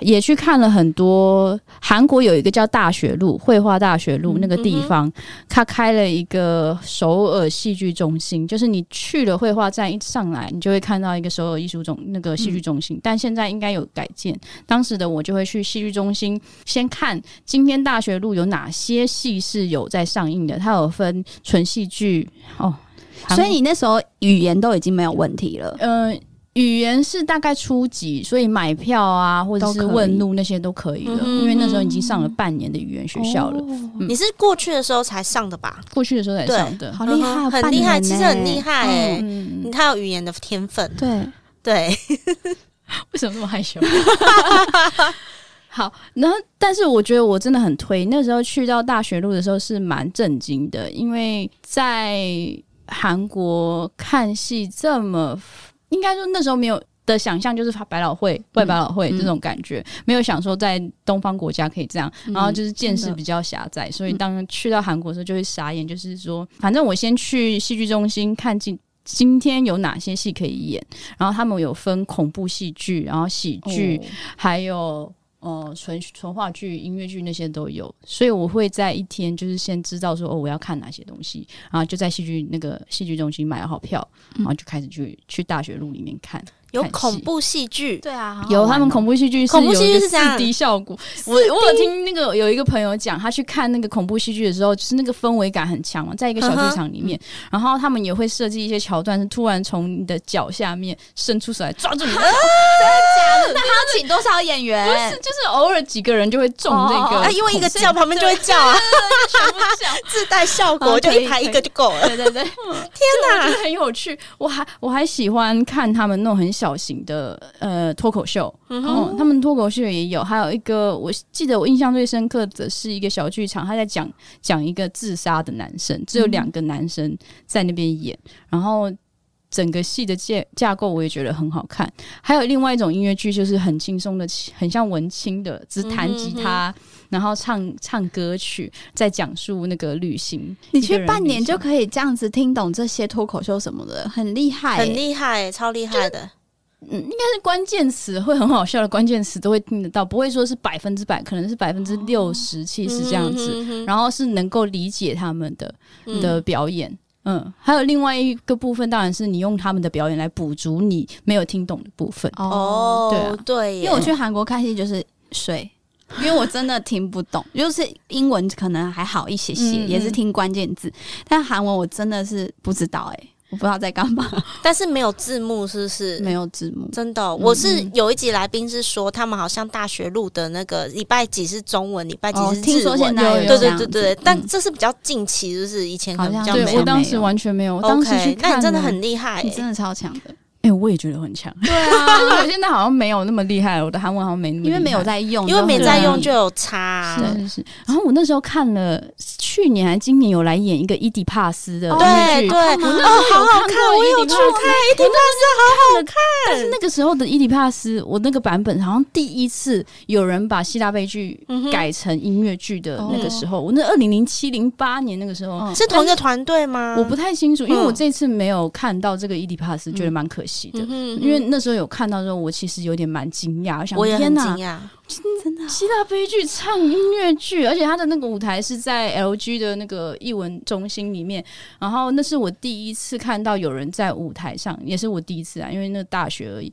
Speaker 3: 也去看了很多韩国有一个叫大学路绘画大学路那个地方，它开了一个首尔戏剧中心，就是你去了绘画站一上来，你就会看到一个首尔艺术中那个戏剧中心，但现在应该有改建。当时的我就会去戏剧中心先看今天大学路有哪些戏是有在上映的，它有分纯戏剧哦，韩
Speaker 2: 所以你那时候语言都已经没有问题了。
Speaker 3: 呃，语言是大概初级，所以买票啊，或者
Speaker 2: 都
Speaker 3: 是
Speaker 2: 可以
Speaker 3: 问路那些都可以了，
Speaker 1: 嗯
Speaker 3: 因为那时候已经上了半年的语言学校了，嗯
Speaker 1: 你是过去的时候才上的吧？
Speaker 3: 过去的时候才
Speaker 1: 对
Speaker 3: 上的。
Speaker 2: 好厉
Speaker 1: 嗯哼
Speaker 2: 害，
Speaker 1: 很厉害，
Speaker 2: 半年呢
Speaker 1: 其实很厉害哎、
Speaker 3: 嗯，
Speaker 1: 你
Speaker 3: 嗯
Speaker 1: 太有语言的天分，
Speaker 2: 对，嗯
Speaker 1: 对，
Speaker 3: 为什么那么害羞？好，然后但是我觉得我真的很推。那时候去到大学路的时候是蛮震惊的，因为在韩国看戏这么，应该说那时候没有的想象就是百老汇、外百老汇这种感觉，没有想说在东方国家可以这样，
Speaker 2: 嗯
Speaker 3: 然后就是见识比较狭窄，所以当去到韩国的时候就会傻眼，就是说，反正我先去戏剧中心看今今天有哪些戏可以演，然后他们有分恐怖戏剧，然后喜
Speaker 2: 哦
Speaker 3: 剧，还有呃纯纯话剧、音乐剧那些都有，所以我会在一天就是先知道说哦我要看哪些东西，然后就在戏剧那个戏剧中心买好票，然后就开始去去大学路里面看。
Speaker 1: 有
Speaker 3: 看戏
Speaker 1: 恐怖戏剧，
Speaker 2: 对啊，
Speaker 3: 有他们恐怖戏剧是
Speaker 1: 哦恐怖
Speaker 3: 有
Speaker 1: 戏剧
Speaker 3: 一个
Speaker 1: 是这样
Speaker 3: 四 D 效果。我我有听那个有一个朋友讲，他去看那个恐怖戏剧的时候，就是那个氛围感很强嘛，在一个小
Speaker 1: 嗯
Speaker 3: 剧
Speaker 1: 哼
Speaker 3: 场里面，然后他们也会设计一些桥段，是突然从你的脚下面伸出手来
Speaker 1: *laughs*
Speaker 3: 抓住你的
Speaker 1: 哎
Speaker 3: 脚，
Speaker 2: 那他要请多少演员？
Speaker 3: *laughs* 不是就是偶尔几个人就会中这 *laughs*
Speaker 2: 哦哦哦
Speaker 3: 个
Speaker 2: 啊
Speaker 1: 啊，
Speaker 3: 恐，
Speaker 1: 因为一个叫旁边就会叫
Speaker 2: *laughs*
Speaker 1: 啊，
Speaker 3: 全部这样
Speaker 1: 自带效
Speaker 3: 啊
Speaker 1: 果， *laughs* 就
Speaker 3: 可以
Speaker 1: 一排一个就够了。
Speaker 3: 对对 *laughs* 对，天哪，很有趣。我还我还喜欢看他们那种很小型的呃脱口秀，
Speaker 1: 嗯哼
Speaker 3: 哦，他们脱口秀也有，还有一个我记得我印象最深刻的是一个小剧场，他在讲讲一个自杀的男生，只有两个男生在那边演，然后整个戏的架架构我也觉得很好看。还有另外一种音乐剧，就是很轻松的，很像文青的，只弹吉他，然后唱唱歌曲，在讲述那个旅行。
Speaker 2: 你
Speaker 3: 一个
Speaker 2: 去
Speaker 3: 人
Speaker 2: 半
Speaker 3: 旅
Speaker 2: 年
Speaker 3: 行
Speaker 2: 就可以这样子听懂这些脱口秀什么的，很厉害、
Speaker 1: 很厉害，超厉害的。
Speaker 3: 但是关键词会很好笑的关键词都会听得到，不会说是百分之百，可能是百分之六十、七十这样子，
Speaker 1: 嗯哼
Speaker 3: 然后是能够理解他们的
Speaker 1: 嗯
Speaker 3: 的表演。嗯，还有另外一个部分，当然是你用他们的表演来补足你没有听懂的部分。
Speaker 2: 哦。
Speaker 3: 对啊
Speaker 1: 哦，对耶，
Speaker 2: 因为我去韩国看戏就是睡，因为我真的听不懂，就是英文可能还好一些些，
Speaker 3: 嗯嗯
Speaker 2: 也是听关键字，但韩文我真的是不知道哎、我不知道在干嘛，
Speaker 1: 但是没有字幕，是不是？
Speaker 2: 没有字幕。
Speaker 1: 真的哦、我是有一集来宾是说，他们好像大学录的那个礼拜几是中文，礼拜几
Speaker 2: 哦
Speaker 1: 是，
Speaker 2: 听
Speaker 1: 日
Speaker 2: 说
Speaker 1: 文。
Speaker 2: 现在
Speaker 3: 有
Speaker 2: 有
Speaker 1: 对
Speaker 2: 这
Speaker 1: 对
Speaker 2: 样
Speaker 1: 对
Speaker 2: 子
Speaker 1: 对，但
Speaker 2: 嗯
Speaker 1: 这是比较近期，就是以前可能比较
Speaker 2: 好像
Speaker 1: 没
Speaker 3: 对
Speaker 2: 是
Speaker 1: 有
Speaker 3: 我。当
Speaker 2: 没
Speaker 3: 时
Speaker 2: 有
Speaker 3: 完全没有，我当时去
Speaker 1: OK，
Speaker 3: 看，
Speaker 1: 那你真的，很厉害、
Speaker 2: 你
Speaker 1: 欸
Speaker 2: 真。的超强的，
Speaker 3: 哎、我也觉得很强。 *laughs* 对啊，我现在好像没有那么厉害了，我的韩文好像没那么
Speaker 2: *laughs*
Speaker 3: 厉
Speaker 2: 因
Speaker 3: 害，
Speaker 2: 为没有在用，
Speaker 1: 因为没在用
Speaker 2: 就
Speaker 1: 就
Speaker 2: 很
Speaker 1: 有差、啊，
Speaker 3: 是是是。然后我那时候看了，去年还今年有来演一个伊迪帕斯的音乐
Speaker 1: 对
Speaker 3: 剧，
Speaker 1: 对，
Speaker 2: 吗
Speaker 1: 哦，好好看，我有去看，一定
Speaker 3: 但是那个时候的伊迪帕斯，我那个版本好像第一次有人把希腊悲剧
Speaker 1: 嗯哼
Speaker 3: 改成音乐剧的
Speaker 2: 哦
Speaker 3: 那个时候，我那二零零七零八年那个时候。
Speaker 2: 嗯
Speaker 1: 是同一个团队吗？
Speaker 3: 我不太清楚，因为
Speaker 1: 哦嗯
Speaker 3: 我这次没有看到这个伊迪帕斯，觉得蛮可惜的。
Speaker 1: 嗯哼，
Speaker 3: 因为那时候有看到之后，我其实有点蛮惊讶，我想
Speaker 1: 我也
Speaker 3: 天
Speaker 1: 很
Speaker 3: 哪
Speaker 1: 惊，讶，
Speaker 2: 真的啊
Speaker 3: 希腊悲剧唱音乐剧，而且他的那个舞台是在 LG 的那个艺文中心里面。然后那是我第一次看到有人在舞台上，也是我第一次啊，因为那大学而已，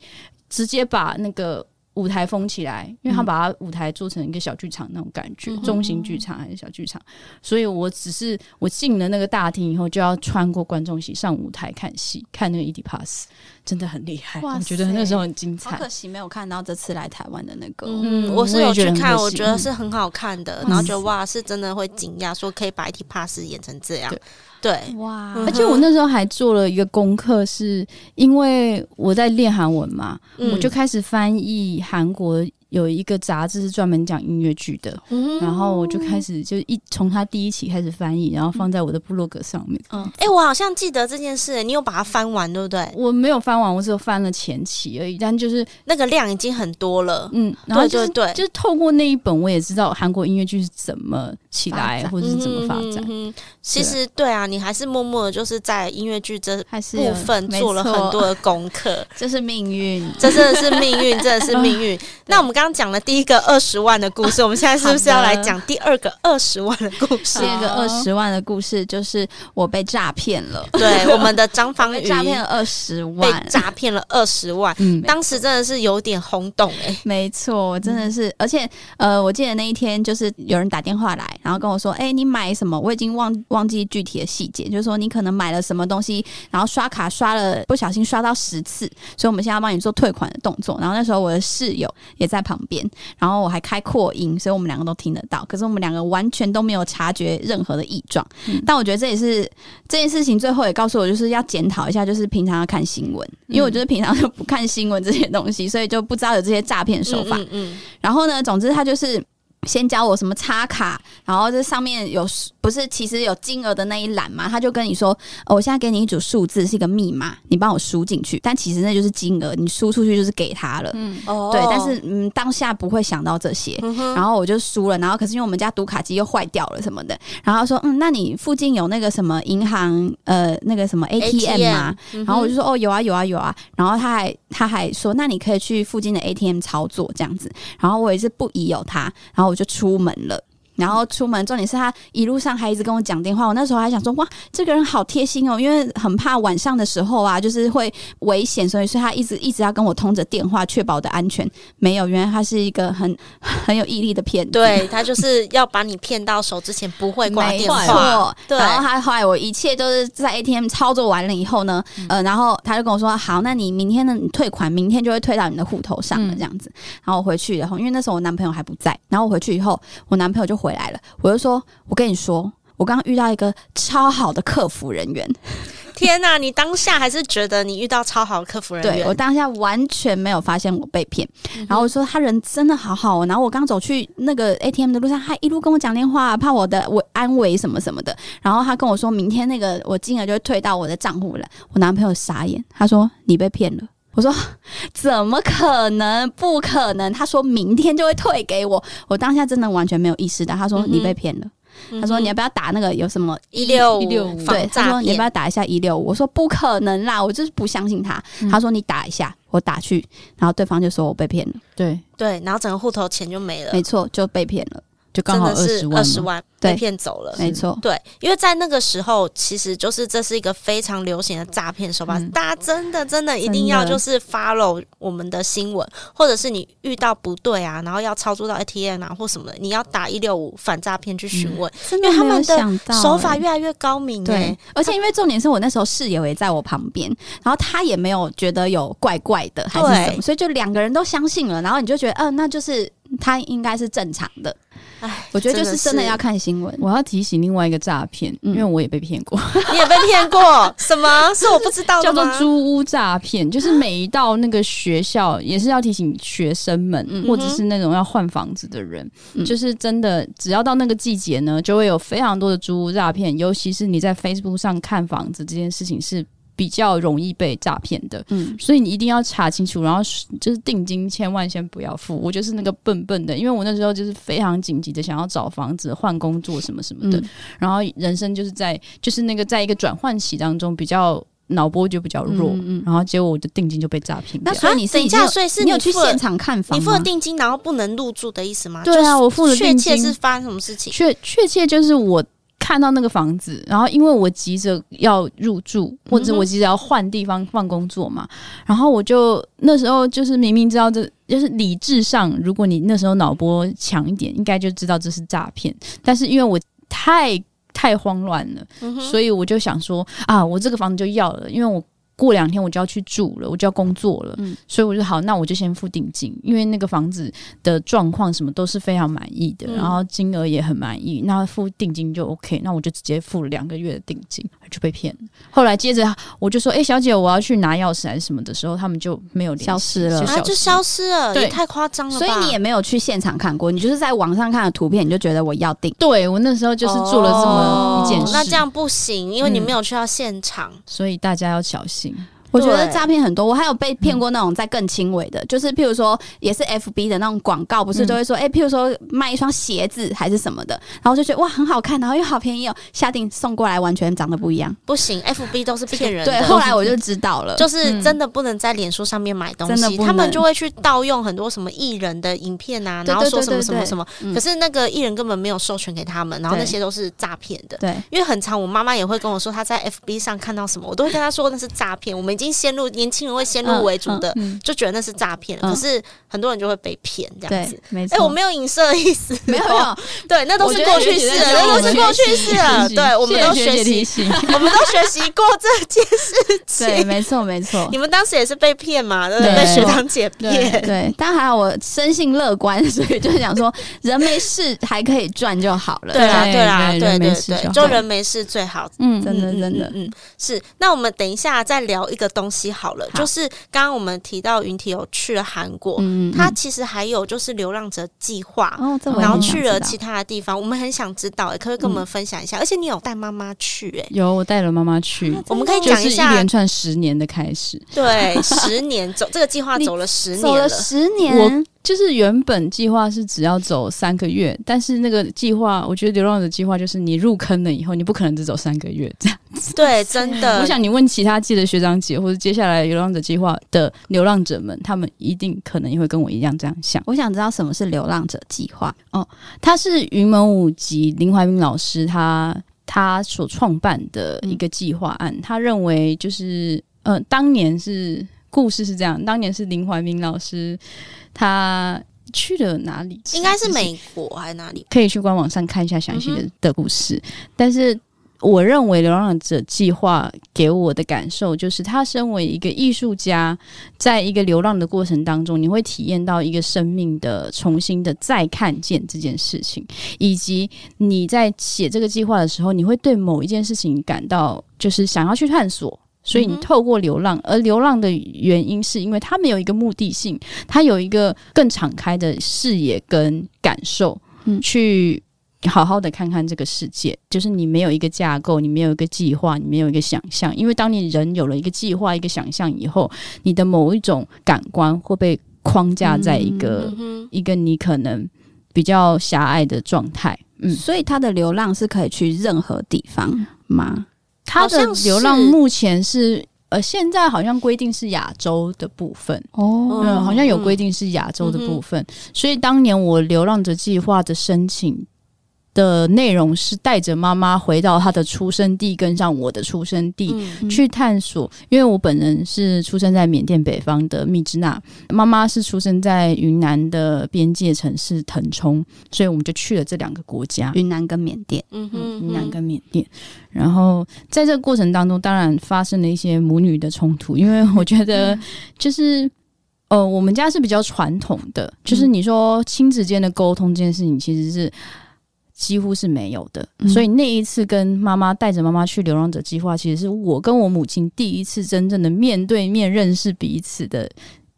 Speaker 3: 直接把那个舞台封起来，因为他把它舞台做成一个小剧场那种感觉，
Speaker 1: 嗯
Speaker 3: 中型剧场还是小剧场。所以我只是我进了那个大厅以后，就要穿过观众席上舞台看戏，看那个伊迪帕斯，真的很厉害，
Speaker 2: 哇
Speaker 3: 我觉得那时候很精
Speaker 2: 好
Speaker 3: 彩
Speaker 2: 可。惜没有看到这次来台湾的那个。
Speaker 1: 嗯，
Speaker 3: 嗯
Speaker 1: 我是
Speaker 3: 我也
Speaker 1: 有
Speaker 3: 觉
Speaker 1: 去
Speaker 3: 得很
Speaker 1: 看，
Speaker 3: 可
Speaker 1: 我
Speaker 3: 惜
Speaker 1: 觉得是很好看的，
Speaker 3: 嗯
Speaker 1: 然后觉得哇，是真的会惊讶，说可以把 IT Pass 演成这样
Speaker 3: 对，
Speaker 1: 对，
Speaker 2: 哇
Speaker 1: 嗯
Speaker 3: 而且我那时候还做了一个功课，是因为我在练韩文嘛，
Speaker 1: 嗯
Speaker 3: 我就开始翻译韩国有一个杂志是专门讲音乐剧的，
Speaker 1: 哦嗯
Speaker 3: 然后我就开始就一从它第一期开始翻译，然后放在我的部落格上面。
Speaker 1: 哎、我好像记得这件事，你有把它翻完，对不对？
Speaker 3: 我没有翻完，我只有翻了前期而已，但就是
Speaker 1: 那个量已经很多了，
Speaker 3: 嗯，然后
Speaker 1: 对
Speaker 3: 就是
Speaker 1: 对对
Speaker 3: 就是透过那一本，我也知道韩国音乐剧是怎么起来
Speaker 2: 发，展
Speaker 3: 或者是怎么发展
Speaker 1: 嗯。哼嗯哼其实对啊，你还是默默的就是在音乐剧这
Speaker 2: 还是
Speaker 3: 啊
Speaker 2: 有
Speaker 1: 部分
Speaker 2: 没
Speaker 1: 做了很
Speaker 2: 错
Speaker 1: 多的功课，
Speaker 2: 这是命运。
Speaker 1: 这真的是命运，真的是命
Speaker 3: 嗯
Speaker 1: 运。那我们刚刚讲了第一个二十万的故事，我们现在是不是要来讲第二个二十万的故事
Speaker 3: *laughs*
Speaker 2: 第？二个
Speaker 3: 好
Speaker 2: 二十万的故事就是我被诈骗了， *laughs*
Speaker 1: 对，我们的张
Speaker 2: 我
Speaker 1: 方
Speaker 2: *laughs* 被
Speaker 1: 宇
Speaker 2: 诈骗了二十
Speaker 1: 被
Speaker 2: 万，
Speaker 1: 诈骗了二十万，
Speaker 3: 嗯，
Speaker 1: 当时真的是有点轰动哎、
Speaker 2: 没错，我真的是，而且呃，我记得那一天就是有人打电话来，然后跟我说：“哎、你买什么？”我已经忘忘记具体的细节，就是说你可能买了什么东西，然后刷卡刷了不小心刷到十次，所以我们现在要帮你做退款的动作。然后那时候我的室友也在旁边，然后我还开扩音，所以我们两个都听得到，可是我们两个完全都没有察觉任何的异状。但我觉得这也是这件事情最后也告诉我，就是要检讨一下，就是平常要看新闻，因为我就是平常就不看新闻这些东西，所以就不知道有这些诈骗手法。
Speaker 1: 嗯嗯
Speaker 2: 然后呢，总之他就是。先教我什么插卡，然后这上面有不是其实有金额的那一栏嘛，他就跟你说、哦我现在给你一组数字是一个密码，你帮我输进去，但其实那就是金额，你输出去就是给他了。
Speaker 3: 嗯，
Speaker 1: 哦嗯
Speaker 2: 对，但是嗯，当下不会想到这些，然后我就输了，然后可是因为我们家读卡机又坏掉了什么的，然后他说嗯，那你附近有那个什么银行呃那个什么 ATM 吗？
Speaker 1: 嗯哼
Speaker 2: 然后我就说哦有啊有啊有啊，然后他还他还说那你可以去附近的 ATM 操作这样子，然后我也是不疑有他，然后我就出门了。然后出门，重点是他一路上还一直跟我讲电话。我那时候还想说，哇，这个人好贴心哦，因为很怕晚上的时候啊，就是会危险，所以所以他一直一直要跟我通着电话，确保我的安全。没有，原来他是一个很 *laughs* 很有毅力的骗子。
Speaker 1: 对他就是要把你骗到手之前不会挂
Speaker 2: 没
Speaker 1: 电
Speaker 2: 错，
Speaker 1: 话，对
Speaker 2: 然后他后来我一切都是在 ATM 操作完了以后呢，
Speaker 1: 嗯
Speaker 2: 呃，然后他就跟我说：“好，那你明天的你退款，明天就会退到你的户头上了。”
Speaker 3: 嗯
Speaker 2: 这样子。然后我回去以后，因为那时候我男朋友还不在，然后我回去以后，我男朋友就回来了，我就说：“我跟你说。”我刚刚遇到一个超好的客服人员，
Speaker 1: 天哪、你当下还是觉得你遇到超好的客服人
Speaker 2: 对
Speaker 1: 员嗯
Speaker 2: 我，当下完全没有发现我被骗，然后我说他人真的好好、哦，然后我刚走去那个 ATM 的路上，他一路跟我讲电话，怕我的我安危什么什么的，然后他跟我说明天那个我金额就会退到我的账户了，我男朋友傻眼，他说你被骗了。我说怎么可能？不可能！他说明天就会退给我，我当下真的完全没有意识到。他说
Speaker 1: 嗯哼
Speaker 2: 你被骗了，他说你要不要打那个有什么
Speaker 1: 嗯一六
Speaker 3: 165
Speaker 1: 五
Speaker 2: 哦对
Speaker 1: 防，
Speaker 2: 他
Speaker 1: 诈
Speaker 2: 说你要
Speaker 1: 骗，
Speaker 2: 不要打一下一六五？我说不可能啦，我就是不相信他。他说你打一下，我打去，然后对方就说我被骗了，
Speaker 3: 对，
Speaker 1: 对，然后整个户头钱就没了，
Speaker 2: 没错，就被骗了，
Speaker 3: 就刚
Speaker 1: 真
Speaker 3: 好
Speaker 1: 的
Speaker 3: 二
Speaker 1: 是
Speaker 3: 十万嘛，
Speaker 1: 二十万被
Speaker 2: 对
Speaker 1: 骗走了。
Speaker 2: 没错。
Speaker 1: 对，因为在那个时候，其实就是这是一个非常流行的诈骗手法，
Speaker 3: 嗯
Speaker 1: 大家真的真的一
Speaker 3: 真
Speaker 1: 定
Speaker 3: 的
Speaker 1: 要就是 follow 我们的新闻，或者是你遇到不对啊，然后要操作到 ATM 啊或什么的，你要打一六五反诈骗去询问，
Speaker 2: 嗯真
Speaker 1: 因为他们的
Speaker 2: 想到
Speaker 1: 手法
Speaker 2: 欸
Speaker 1: 越来越高明、
Speaker 2: 对
Speaker 1: 欸。，
Speaker 2: 而且因为重点是我那时候室友也在我旁边，然后他也没有觉得有怪怪的还是什么，
Speaker 1: 对
Speaker 2: 所以就两个人都相信了，然后你就觉得，嗯、那就是他应该是正常的。
Speaker 1: 哎，
Speaker 2: 我觉得就是真的要
Speaker 1: 真
Speaker 2: 看新闻，
Speaker 3: 我要提醒另外一个诈骗，
Speaker 2: 嗯
Speaker 3: 因为我也被骗过，
Speaker 1: 的是，你也被骗过？什么是我不知道的
Speaker 3: 叫做
Speaker 1: 吗？啊
Speaker 3: 租屋诈骗，就是每一到那个学校，也是要提醒学生们，
Speaker 2: 嗯
Speaker 3: 或者是那种要换房子的人，
Speaker 2: 嗯
Speaker 3: 就是真的，只要到那个季节呢，就会有非常多的租屋诈骗，尤其是你在 Facebook 上看房子这件事情是比较容易被诈骗的。
Speaker 2: 嗯，
Speaker 3: 所以你一定要查清楚，然后就是定金千万先不要付。我就是那个笨笨的，因为我那时候就是非常紧急的想要找房子、换工作什么什么的，
Speaker 2: 嗯
Speaker 3: 然后人生就是在就是那个在一个转换期当中比较脑波就比较弱，
Speaker 2: 嗯嗯嗯
Speaker 3: 然后结果我的定金就被诈骗掉
Speaker 2: 那。所以你
Speaker 1: 啊等
Speaker 2: 是
Speaker 1: 一
Speaker 2: 已
Speaker 1: 下
Speaker 2: 经有
Speaker 1: 所以是
Speaker 2: 你有
Speaker 1: 你
Speaker 2: 去
Speaker 1: 付了
Speaker 2: 现场看房
Speaker 1: 你付
Speaker 2: 吗？
Speaker 1: 了定金，然后不能入住的意思吗？
Speaker 3: 对啊，
Speaker 1: 就是
Speaker 3: 我付了
Speaker 1: 确
Speaker 3: 定
Speaker 1: 切
Speaker 3: 金，
Speaker 1: 是发生什么事情？
Speaker 3: 确确切就是我看到那个房子，然后因为我急着要入住，或者我急着要换地方、换工作嘛，然后我就那时候就是明明知道这就是理智上，如果你那时候脑波强一点，应该就知道这是诈骗，但是因为我太太慌乱了，
Speaker 1: 嗯哼
Speaker 3: 所以我就想说啊，我这个房子就要了，因为我。过两天我就要去住了，我就要工作了，
Speaker 2: 嗯
Speaker 3: 所以我就好，那我就先付定金，因为那个房子的状况什么都是非常满意的，
Speaker 1: 嗯
Speaker 3: 然后金额也很满意，那付定金就 OK，那我就直接付了两个月的定金，就被骗了。后来接着我就说，哎、小姐，我要去拿钥匙还是什么的时候，他们就没有联系
Speaker 2: 消失了
Speaker 3: 就
Speaker 1: 啊，就消失了，
Speaker 3: 对
Speaker 1: 也太夸张了吧。
Speaker 2: 所以你也没有去现场看过，你就是在网上看了图片，你就觉得我要定。
Speaker 3: 对我那时候就是做了这么一件
Speaker 1: 哦
Speaker 3: 事，
Speaker 1: 那这样不行，因为你
Speaker 3: 嗯
Speaker 1: 没有去到现场。
Speaker 2: 嗯
Speaker 3: 所以大家要小心。
Speaker 2: 我觉得
Speaker 1: 对
Speaker 2: 诈骗很多，我还有被骗过那种在更轻微
Speaker 1: 嗯
Speaker 2: 的，就是譬如说也是 FB 的那种广告，不是
Speaker 3: 嗯
Speaker 2: 都会说，哎、譬如说卖一双鞋子还是什么的，然后就觉得哇很好看，然后又好便宜哦，下定送过来完全长得不一样。
Speaker 1: 不行，FB 都是骗人的。
Speaker 2: 对，后来我就知道
Speaker 1: *laughs*
Speaker 2: 了，
Speaker 1: 就是真的不能在脸书上面买东
Speaker 2: 真的
Speaker 1: 西，
Speaker 2: 不能
Speaker 1: 他们就会去盗用很多什么艺人的影片啊，
Speaker 2: 对
Speaker 1: 然后说什么
Speaker 2: 对对
Speaker 1: 什么什么，
Speaker 2: 对嗯
Speaker 1: 可是那个艺人根本没有授权给他们，然后
Speaker 2: 对
Speaker 1: 那些都是诈骗的。
Speaker 2: 对。
Speaker 1: 因为很长，我妈妈也会跟我说她在 FB 上看到什么，我都会跟她说那是诈骗。我们已经先入年轻人会先入为主的，
Speaker 3: 嗯，
Speaker 1: 就觉得那是诈骗了，
Speaker 2: 嗯
Speaker 1: 可是很多人就会被骗这样
Speaker 2: 对
Speaker 1: 子。，
Speaker 2: 没错。
Speaker 1: 哎、我没有影射的意思，
Speaker 2: 没有没有，
Speaker 1: 对，那都是过去式了，那都是过去式了。对，我们都
Speaker 3: 谢谢
Speaker 1: 学
Speaker 3: 学姐提
Speaker 1: 习， *laughs*
Speaker 3: 醒。
Speaker 1: 我们都学习过这件事
Speaker 2: 对，
Speaker 1: 情。
Speaker 2: 没错没错。
Speaker 1: *laughs* 你们当时也是被骗嘛，对不对？
Speaker 3: 对
Speaker 1: 被学长姐骗。
Speaker 2: *laughs* 对，但还好我生性乐观，所以就想说人没事还可以赚就好了。
Speaker 1: 对啦，
Speaker 3: 对
Speaker 1: 对啦，
Speaker 3: 对
Speaker 1: 对
Speaker 3: 人没
Speaker 1: 对
Speaker 3: 事就
Speaker 1: 对，
Speaker 3: 好
Speaker 1: 就人没事最好。
Speaker 3: 嗯
Speaker 2: 真的
Speaker 1: 嗯嗯
Speaker 2: 真的
Speaker 1: 嗯嗯，是。那我们等一下再聊一个东西好了，
Speaker 2: 好
Speaker 1: 就是刚刚我们提到云体有去了韩国，
Speaker 2: 嗯
Speaker 1: 他其实还有就是流浪者计划。
Speaker 2: 哦，这我也
Speaker 1: 然后
Speaker 2: 很想
Speaker 1: 去了
Speaker 2: 知道
Speaker 1: 其他的地方，我们很想知道，欸可不可以跟我们分享一下？而且你有带妈妈去、欸，
Speaker 3: 有，我带了妈妈去，
Speaker 1: 我们可以
Speaker 3: 就
Speaker 1: 讲
Speaker 3: 是一
Speaker 1: 下，
Speaker 3: 连串十年的开始。
Speaker 1: 对，十年
Speaker 3: *laughs*
Speaker 1: 走这个计划
Speaker 2: 你
Speaker 1: 走了十
Speaker 2: 走
Speaker 1: 年
Speaker 2: 了
Speaker 1: 了，
Speaker 2: 十年，
Speaker 3: 我就是原本计划是只要走三个月，但是那个计划，我觉得流浪者计划就是你入坑了以后，你不可能只走三个月。
Speaker 1: 对，真的，
Speaker 3: 我想你问其他季的学长姐，或者接下来流浪者计划的流浪者们，他们一定可能也会跟我一样这样想。
Speaker 2: 我想知道什么是流浪者计划。
Speaker 3: 它是云门舞集林怀民老师他他所创办的一个计划案，他认为就是呃，当年是故事是这样，当年是林怀民老师他去了哪里？
Speaker 1: 应该是美国还是哪里？
Speaker 3: 可以去官网上看一下详细
Speaker 1: 嗯
Speaker 3: 的、的故事。但是我认为《流浪者计划》给我的感受就是，他身为一个艺术家，在一个流浪的过程当中，你会体验到一个生命的重新的再看见这件事情，以及你在写这个计划的时候，你会对某一件事情感到就是想要去探索。所以你
Speaker 1: 嗯哼
Speaker 3: 透过流浪，而流浪的原因是因为他们有一个目的性，他有一个更敞开的视野跟感受，
Speaker 2: 嗯
Speaker 3: 去好好的看看这个世界。就是你没有一个架构，你没有一个计划，你没有一个想象，因为当你人有了一个计划、一个想象以后，你的某一种感官会被框架在一个、
Speaker 1: 嗯哼，
Speaker 3: 一个你可能比较狭隘的状态。嗯，
Speaker 2: 所以他的流浪是可以去任何地方吗？
Speaker 3: 它的
Speaker 1: 好像是
Speaker 3: 流浪目前是。呃，现在好像规定是亚洲的部分，
Speaker 2: 哦
Speaker 3: 嗯，好像有规
Speaker 1: 嗯
Speaker 3: 定是亚洲的
Speaker 1: 嗯哼
Speaker 3: 部分，所以当年我流浪者计划的申请的内容是带着妈妈回到她的出生地，跟上我的出生地。
Speaker 1: 嗯
Speaker 3: 去探索，因为我本人是出生在缅甸北方的密支那，妈妈是出生在云南的边界城市腾冲，所以我们就去了这两个国家。
Speaker 2: 云南跟缅甸，
Speaker 1: 嗯
Speaker 3: 嗯
Speaker 1: 哼，
Speaker 3: 云南跟缅甸。然后在这个过程当中，当然发生了一些母女的冲突，因为我觉得就是。呃，我们家是比较传统的，就是你说亲子间的沟通这件事情，其实是几乎是没有的。
Speaker 2: 嗯
Speaker 3: 所以那一次跟妈妈带着妈妈去流浪者计划，其实是我跟我母亲第一次真正的面对面认识彼此的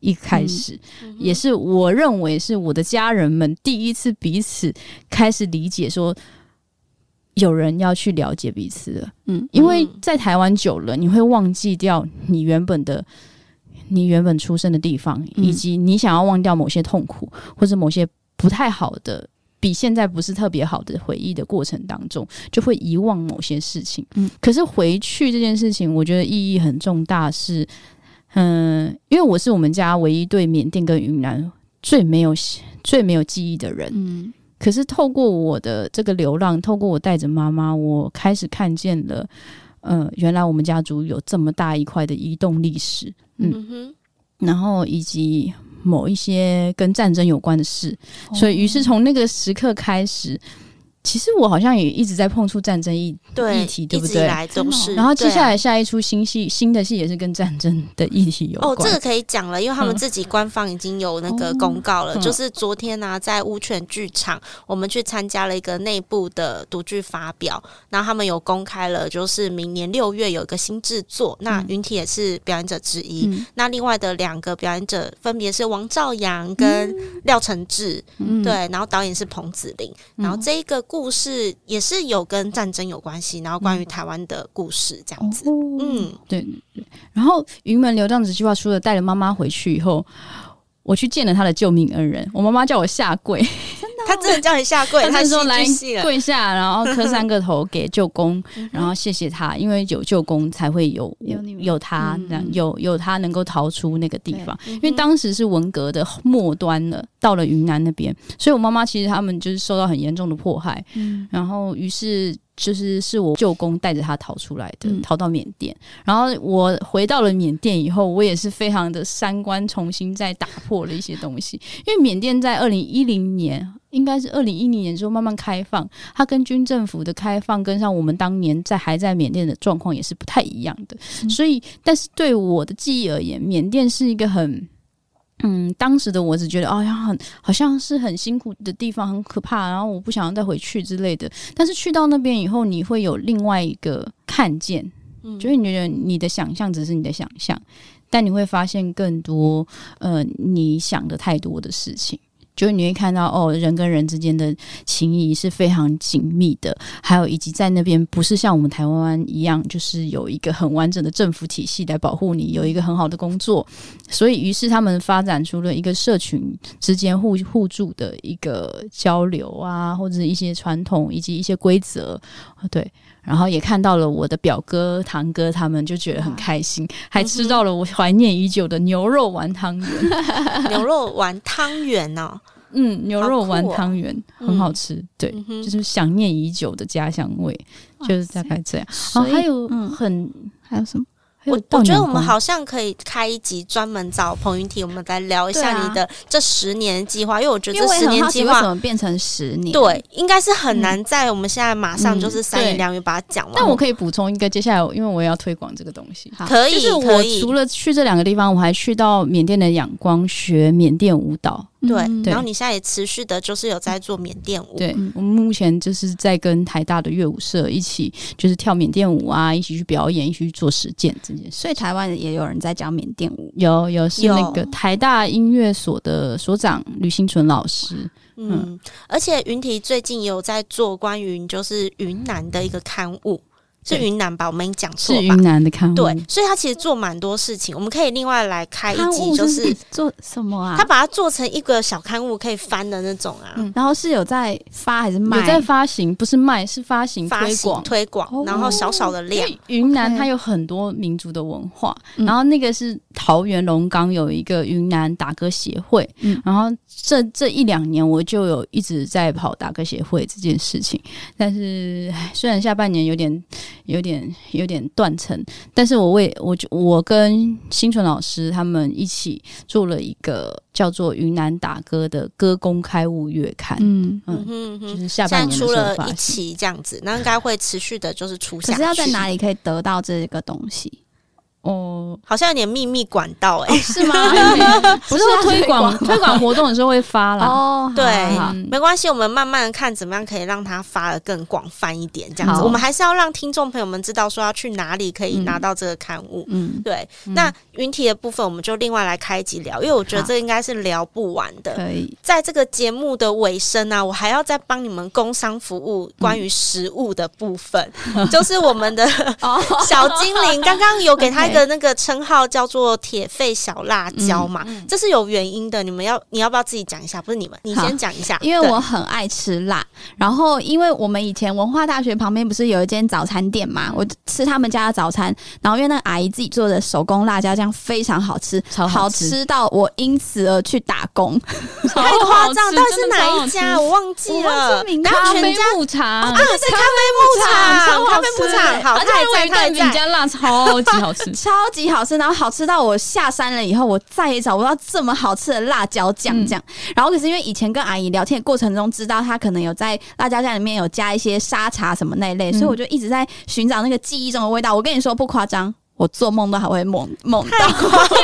Speaker 3: 一开始。
Speaker 1: 嗯哼
Speaker 3: 也是我认为是我的家人们第一次彼此开始理解说。有人要去了解彼此了，
Speaker 2: 嗯，
Speaker 3: 因为在台湾久了，你会忘记掉你原本的、你原本出生的地方，
Speaker 2: 嗯
Speaker 3: 以及你想要忘掉某些痛苦或者某些不太好的、比现在不是特别好的回忆的过程当中，就会遗忘某些事情。
Speaker 2: 嗯
Speaker 3: 可是回去这件事情，我觉得意义很重大是，嗯，因为我是我们家唯一对缅甸跟云南最没有最没有记忆的人，
Speaker 2: 嗯
Speaker 3: 可是透过我的这个流浪，透过我带着妈妈，我开始看见了，呃，原来我们家族有这么大一块的移动历史，嗯
Speaker 1: 嗯哼，
Speaker 3: 然后以及某一些跟战争有关的事，
Speaker 1: 哦
Speaker 3: 所以于是从那个时刻开始，其实我好像也一直在碰触战争议
Speaker 1: 对，
Speaker 3: 议题对不
Speaker 1: 一直以
Speaker 3: 对
Speaker 1: 来
Speaker 2: 真
Speaker 1: 都
Speaker 2: 的哦
Speaker 1: 是。
Speaker 3: 然后接
Speaker 1: 对啊
Speaker 3: 下来下一出新戏，新的戏也是跟战争的议题有关。
Speaker 1: 哦，这个可以讲了，因为他们
Speaker 3: 嗯
Speaker 1: 自己官方已经有那个公告了。
Speaker 3: 嗯
Speaker 1: 就是昨天呢、在乌犬剧场，我们去参加了一个内部的独剧发表，然后他们有公开了，就是明年六月有一个新制作，
Speaker 3: 嗯
Speaker 1: 那云体也是表演者之一。
Speaker 2: 嗯
Speaker 1: 那另外的两个表演者分别是王兆阳跟廖承志，
Speaker 2: 嗯，
Speaker 3: 哦
Speaker 1: 对，然后导演是彭子玲，
Speaker 3: 嗯
Speaker 1: 然后这一个故事也是有跟战争有关系，然后
Speaker 3: 嗯
Speaker 1: 关于台湾的故事这样子，
Speaker 3: 哦
Speaker 2: 嗯，
Speaker 1: 嗯，
Speaker 3: 对对对。然后云门流浪者计划除了带了妈妈回去以后，我去见了他的救命恩人。我妈妈叫我下跪，
Speaker 1: 他真的叫你
Speaker 3: *laughs*
Speaker 1: 下跪，
Speaker 3: 她
Speaker 1: 他
Speaker 3: 是说来
Speaker 1: 戏剧系嗯了，
Speaker 3: 跪下，然后磕三个头给舅公，然后谢谢他，因为有舅公才会有
Speaker 2: 有你们
Speaker 3: 有他
Speaker 2: 嗯，
Speaker 3: 这样
Speaker 2: 嗯
Speaker 3: 有有他能够逃出那个地方。
Speaker 1: 因
Speaker 3: 因为 *laughs* 当时是文革的末端了，到了云南那边，所以我妈妈其实他们就是受到很严重的迫害，
Speaker 2: 嗯
Speaker 3: 然后于是就是是我舅公带着他逃出来的，
Speaker 2: 嗯
Speaker 3: 逃到缅甸。然后我回到了缅甸以后，我也是非常的三观重新再打破了一些东西，因为缅甸在二零一零年。应该是二零一零年之后慢慢开放，它跟军政府的开放跟上我们当年在还在缅甸的状况也是不太一样的，
Speaker 2: 嗯
Speaker 3: 所以但是对我的记忆而言，缅甸是一个很嗯，当时的我只觉得哦，呀，很好像是很辛苦的地方，很可怕，然后我不想要再回去之类的。但是去到那边以后，你会有另外一个看见，
Speaker 2: 嗯
Speaker 3: 就是你觉得你的想象只是你的想象，但你会发现更多呃你想的太多的事情。就是你会看到哦，人跟人之间的情谊是非常紧密的，还有以及在那边不是像我们台湾一样，就是有一个很完整的政府体系来保护你，有一个很好的工作，所以于是他们发展出了一个社群之间互互助的一个交流啊，或者是一些传统以及一些规则，啊对。然后也看到了我的表哥、堂哥他们，就觉得很开心，还吃到了我怀念已久的牛肉丸汤圆。
Speaker 1: 牛肉丸汤圆哦，
Speaker 3: 嗯，牛肉丸
Speaker 1: 好酷哦
Speaker 3: 汤圆、
Speaker 1: 嗯
Speaker 3: 很好哦吃，对，
Speaker 1: 嗯哼
Speaker 3: 就是想念已久的家乡味，就是大概这样。哦，还有
Speaker 2: 嗯，
Speaker 3: 很，
Speaker 2: 还有什么？
Speaker 3: 还有
Speaker 1: 我我觉得我
Speaker 3: 稻
Speaker 1: 们
Speaker 3: 米
Speaker 1: 好像可以开一集专门找彭云婷，我们来聊一
Speaker 2: 对
Speaker 1: 下
Speaker 2: 啊
Speaker 1: 你的这十年计划，因为我觉得
Speaker 2: 因为
Speaker 1: 这
Speaker 2: 我也
Speaker 1: 十
Speaker 2: 很
Speaker 1: 年
Speaker 2: 好奇
Speaker 1: 计
Speaker 2: 为什
Speaker 1: 划。
Speaker 2: 么变成十年？
Speaker 1: 对，应该是很难在我们现在马上就是三言
Speaker 3: 对
Speaker 1: 两语把它讲完。
Speaker 3: 但我可以补充一个，接下来我因为我也要推广这个东西。
Speaker 2: 好
Speaker 1: 哦可以，
Speaker 3: 就是
Speaker 1: 可
Speaker 3: 我
Speaker 1: 以
Speaker 3: 除了去这两个地方，我还去到缅甸的仰光学缅甸舞蹈。
Speaker 2: 嗯
Speaker 1: 对，
Speaker 3: 对
Speaker 1: 然后你现在也持续的就是有在做缅甸舞，
Speaker 3: 对，我们目前就是在跟台大的乐舞社一起，就是跳缅甸舞啊，一起去表演，一起去做实践这件事。
Speaker 2: 所以台湾也有人在讲缅甸舞。
Speaker 3: 有有是
Speaker 1: 有
Speaker 3: 那个台大音乐所的所长吕新纯老师，
Speaker 1: 嗯，而且云提最近也有在做关于就是云南的一个刊物，是
Speaker 3: 对
Speaker 1: 云南吧？我没讲错
Speaker 3: 是
Speaker 1: 吧
Speaker 3: 云？南的刊物。
Speaker 1: 对，所以他其实做蛮多事情，我们可以另外来开一
Speaker 2: 刊
Speaker 1: 集，
Speaker 2: 物
Speaker 1: 就是
Speaker 2: 做什么啊
Speaker 1: 他？把它做成一个小刊物可以翻的那种啊，
Speaker 3: 嗯
Speaker 2: 然后是有在发还是卖？
Speaker 3: 有在发行，不是卖，是发行
Speaker 1: 发
Speaker 3: 推
Speaker 1: 行
Speaker 3: 广。
Speaker 1: 推广
Speaker 2: 哦，
Speaker 1: 然后小小的
Speaker 3: 因
Speaker 1: 量，
Speaker 3: 为云南
Speaker 2: OK
Speaker 3: 它有很多民族的文化，
Speaker 2: 嗯
Speaker 3: 然后那个是桃园龙岗有一个云南打歌协会，
Speaker 2: 嗯
Speaker 3: 然后这这一两年我就有一直在跑打歌协会这件事情，但是唉虽然下半年有点有点有点断层，但是我为我就我跟新纯老师他们一起做了一个叫做云南打歌的歌公开物月刊，
Speaker 2: 嗯。
Speaker 1: 嗯哼嗯
Speaker 3: 就
Speaker 1: 哼，
Speaker 3: 是下
Speaker 1: 现在
Speaker 3: 半年的
Speaker 1: 出
Speaker 3: 时候
Speaker 1: 了
Speaker 3: 发
Speaker 1: 一
Speaker 3: 行。
Speaker 1: 期这样子，那应该会持续的就是出
Speaker 2: 可
Speaker 1: 下
Speaker 2: 是要在
Speaker 1: 去
Speaker 2: 哪？里可以得到这个东
Speaker 3: *laughs*
Speaker 2: 西？
Speaker 3: 哦，
Speaker 1: 好像有点秘密管道哎、
Speaker 2: 是
Speaker 3: *laughs* 啊
Speaker 2: 吗？
Speaker 3: 不是说推广 *laughs* 推广活动的时候会发啦。嗯
Speaker 2: 哦，
Speaker 1: *laughs* 对
Speaker 3: 好，
Speaker 1: 没关系，我们慢慢看怎么样可以让它发的更广泛一点，这样子。
Speaker 2: 好
Speaker 1: 我们还是要让听众朋友们知道说要去哪里可以拿到这个刊物。
Speaker 2: 嗯，
Speaker 1: 对，那云体的部分我们就另外来开一集聊，因为我觉得
Speaker 2: 好
Speaker 1: 这应该是聊不完的。
Speaker 2: 可以。
Speaker 1: 在这个节目的尾声啊，我还要再帮你们工商服务关于食物的部
Speaker 2: *laughs*
Speaker 1: 分，就是我们的
Speaker 2: 哦，
Speaker 1: 小精灵刚刚有给他一个那个称号叫做“铁肺小辣椒”嘛，
Speaker 2: 嗯
Speaker 1: 这是有原因的。你们要你要不要自己讲一下？不是你们，你
Speaker 2: 好
Speaker 1: 先讲一下，
Speaker 2: 因为
Speaker 1: 对
Speaker 2: 我很爱吃辣，然后因为我们以前文化大学旁边不是有一间早餐店嘛，我吃他们家的早餐，然后因为那个阿姨自己做的手工辣椒酱非常好吃，
Speaker 3: 超好吃
Speaker 2: 吃到我因此而去打工，
Speaker 3: 太
Speaker 1: 太夸张，到底是哪一家？我忘记了。
Speaker 2: 名
Speaker 1: 然后
Speaker 3: 咖
Speaker 1: 全
Speaker 3: 啡
Speaker 1: 家
Speaker 3: 牧场
Speaker 1: 啊，是咖啡牧
Speaker 2: 啊。
Speaker 1: 场，咖啡牧场，好，
Speaker 3: 而且
Speaker 1: 他也
Speaker 3: 啊我
Speaker 1: 在，他
Speaker 3: 蛋
Speaker 1: 也在。
Speaker 3: 饼加辣超级
Speaker 1: *laughs*
Speaker 3: 好吃
Speaker 2: 超级好吃，然后好吃到我下山了以后，我再也找不到这么好吃的辣椒酱这样。然后可是因为以前跟阿姨聊天的过程中，知道她可能有在辣椒酱里面有加一些沙茶什么那一类，所以我就一直在寻找那个记忆中的味道。我跟你说不夸张，我做梦都还会梦梦到，
Speaker 3: 很夸张，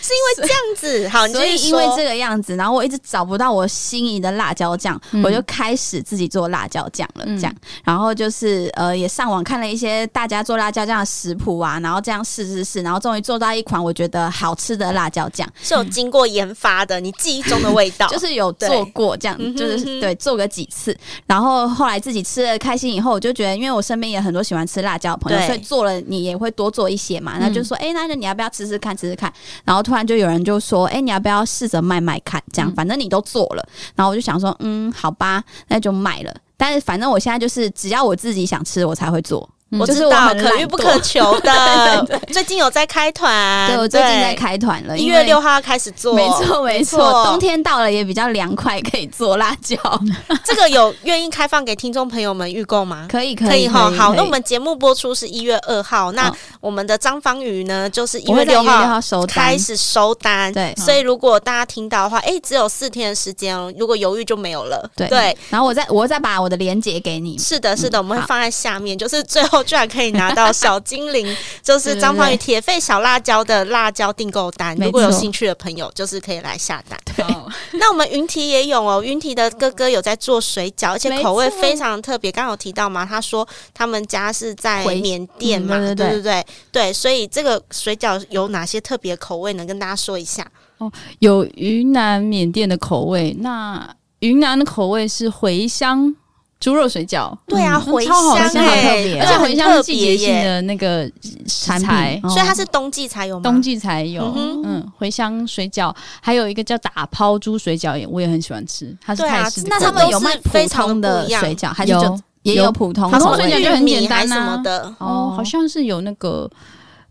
Speaker 1: 是因为这样子，好，你
Speaker 2: 所以
Speaker 1: 继续
Speaker 2: 因为
Speaker 1: 说
Speaker 2: 这个样子，然后我一直找不到我心仪的辣椒酱，
Speaker 3: 嗯
Speaker 2: 我就开始自己做辣椒酱了，
Speaker 1: 嗯
Speaker 2: 这样。然后就是呃，也上网看了一些大家做辣椒酱的食谱啊，然后这样试试试，然后终于做到一款我觉得好吃的辣椒酱，
Speaker 1: 是有经过研发的，你记忆中的味
Speaker 2: *laughs*
Speaker 1: 道，
Speaker 2: 就是有做过这样
Speaker 1: 对，嗯
Speaker 2: 就
Speaker 1: 哼嗯
Speaker 2: 是
Speaker 1: 哼
Speaker 2: 对做个几次。然后后来自己吃了开心以后，我就觉得，因为我身边也很多喜欢吃辣椒的朋友，
Speaker 1: 对
Speaker 2: 所以做了你也会多做一些嘛。
Speaker 3: 嗯
Speaker 2: 那就说，哎、那你要不要吃吃看，吃吃看？然后突然就有人就说，哎、你要不要试着卖卖看？这样，
Speaker 3: 嗯
Speaker 2: 反正你都做了。然后我就想说，嗯，好吧，那就卖了。但是反正我现在就是，只要我自己想吃，我才会做。
Speaker 3: 嗯
Speaker 1: 我
Speaker 2: 就是
Speaker 1: 知道
Speaker 2: 很
Speaker 1: 可
Speaker 2: 懒
Speaker 1: 遇不
Speaker 2: 惰
Speaker 1: 可
Speaker 2: *laughs*
Speaker 1: 求的。最近有在开团，
Speaker 2: 对我最近在开团了，
Speaker 1: 一
Speaker 2: 因
Speaker 1: 月
Speaker 2: 为
Speaker 1: 六号要开始做，
Speaker 2: 没错没
Speaker 1: 没
Speaker 2: 错，冬天到了也比较凉快，可以做辣椒，
Speaker 1: *laughs* 这个有愿意开放给听众朋友们预购吗？
Speaker 2: 可以
Speaker 1: 以
Speaker 2: 以
Speaker 1: 哈，好，
Speaker 2: 可以
Speaker 1: 那我们节目播出是一月二号，那
Speaker 2: 好
Speaker 1: 我们的张方宇呢，就是一
Speaker 2: 我
Speaker 1: 月
Speaker 2: 会在
Speaker 1: 六
Speaker 2: 1月6
Speaker 1: 号
Speaker 2: 号收单
Speaker 1: 开始收单，
Speaker 2: 对嗯
Speaker 1: 所以如果大家听到的话，哎，只有四天的时间哦，如果犹豫就没有了，
Speaker 2: 对然后我再我再把我的链接给你。
Speaker 3: 嗯
Speaker 1: 是的，是的，我们会
Speaker 2: 好
Speaker 1: 放在下面，就是最后 *laughs* 后，居然可以拿到小精灵， *laughs* 就是张方宇铁肺小辣椒的辣椒订购单。
Speaker 2: 没
Speaker 1: 如果有
Speaker 2: 错
Speaker 1: 兴趣的朋友，就是可以来下单。
Speaker 3: *laughs* 哦
Speaker 1: 那我们云提也有哦，云提的哥哥有在做水饺，而且口味非常特别。刚刚有提到嘛，他说他们家是在
Speaker 2: 回
Speaker 1: 缅甸嘛，
Speaker 2: 嗯对对
Speaker 1: 对对对对，所以这个水饺有哪些特别口味，能跟大家说一下？
Speaker 3: *laughs* 有云南、缅甸的口味。那云南的口味是茴香猪肉水饺，
Speaker 1: 对啊，
Speaker 3: 嗯
Speaker 1: 茴
Speaker 3: 超好
Speaker 1: 香
Speaker 3: 香
Speaker 2: 好
Speaker 1: 哎、
Speaker 2: 特
Speaker 1: 而
Speaker 2: 别哦
Speaker 3: 而
Speaker 1: 且
Speaker 3: 且
Speaker 1: 很
Speaker 3: 茴香
Speaker 1: 特
Speaker 3: 是季
Speaker 1: 别
Speaker 3: 节性
Speaker 1: 耶，
Speaker 3: 的那个
Speaker 2: 产
Speaker 3: 材嗯
Speaker 2: 品，哦
Speaker 1: 所以它是冬季才有吗？
Speaker 3: 冬季才有。
Speaker 1: 嗯哼
Speaker 3: 嗯，茴香水饺，还有一个叫打抛猪水饺，也我也很喜欢吃，它是
Speaker 1: 对啊
Speaker 3: 泰式的口味。
Speaker 2: 那
Speaker 1: 这
Speaker 2: 他
Speaker 1: 个
Speaker 2: 们
Speaker 1: 都
Speaker 2: 有
Speaker 1: 是
Speaker 2: 卖
Speaker 1: 非
Speaker 2: 普
Speaker 1: 常
Speaker 2: 通的
Speaker 1: 不一样
Speaker 2: 水饺，还是就
Speaker 3: 有
Speaker 2: 也
Speaker 3: 有
Speaker 2: 有普通
Speaker 3: 普
Speaker 2: 口
Speaker 1: 哦
Speaker 3: 通
Speaker 2: 味
Speaker 3: 水
Speaker 2: 的？
Speaker 3: 饺就很
Speaker 1: 玉米还
Speaker 3: 简单
Speaker 1: 是什
Speaker 3: 啊
Speaker 1: 么的。
Speaker 3: 哦
Speaker 2: 哦，
Speaker 3: 好像是有那个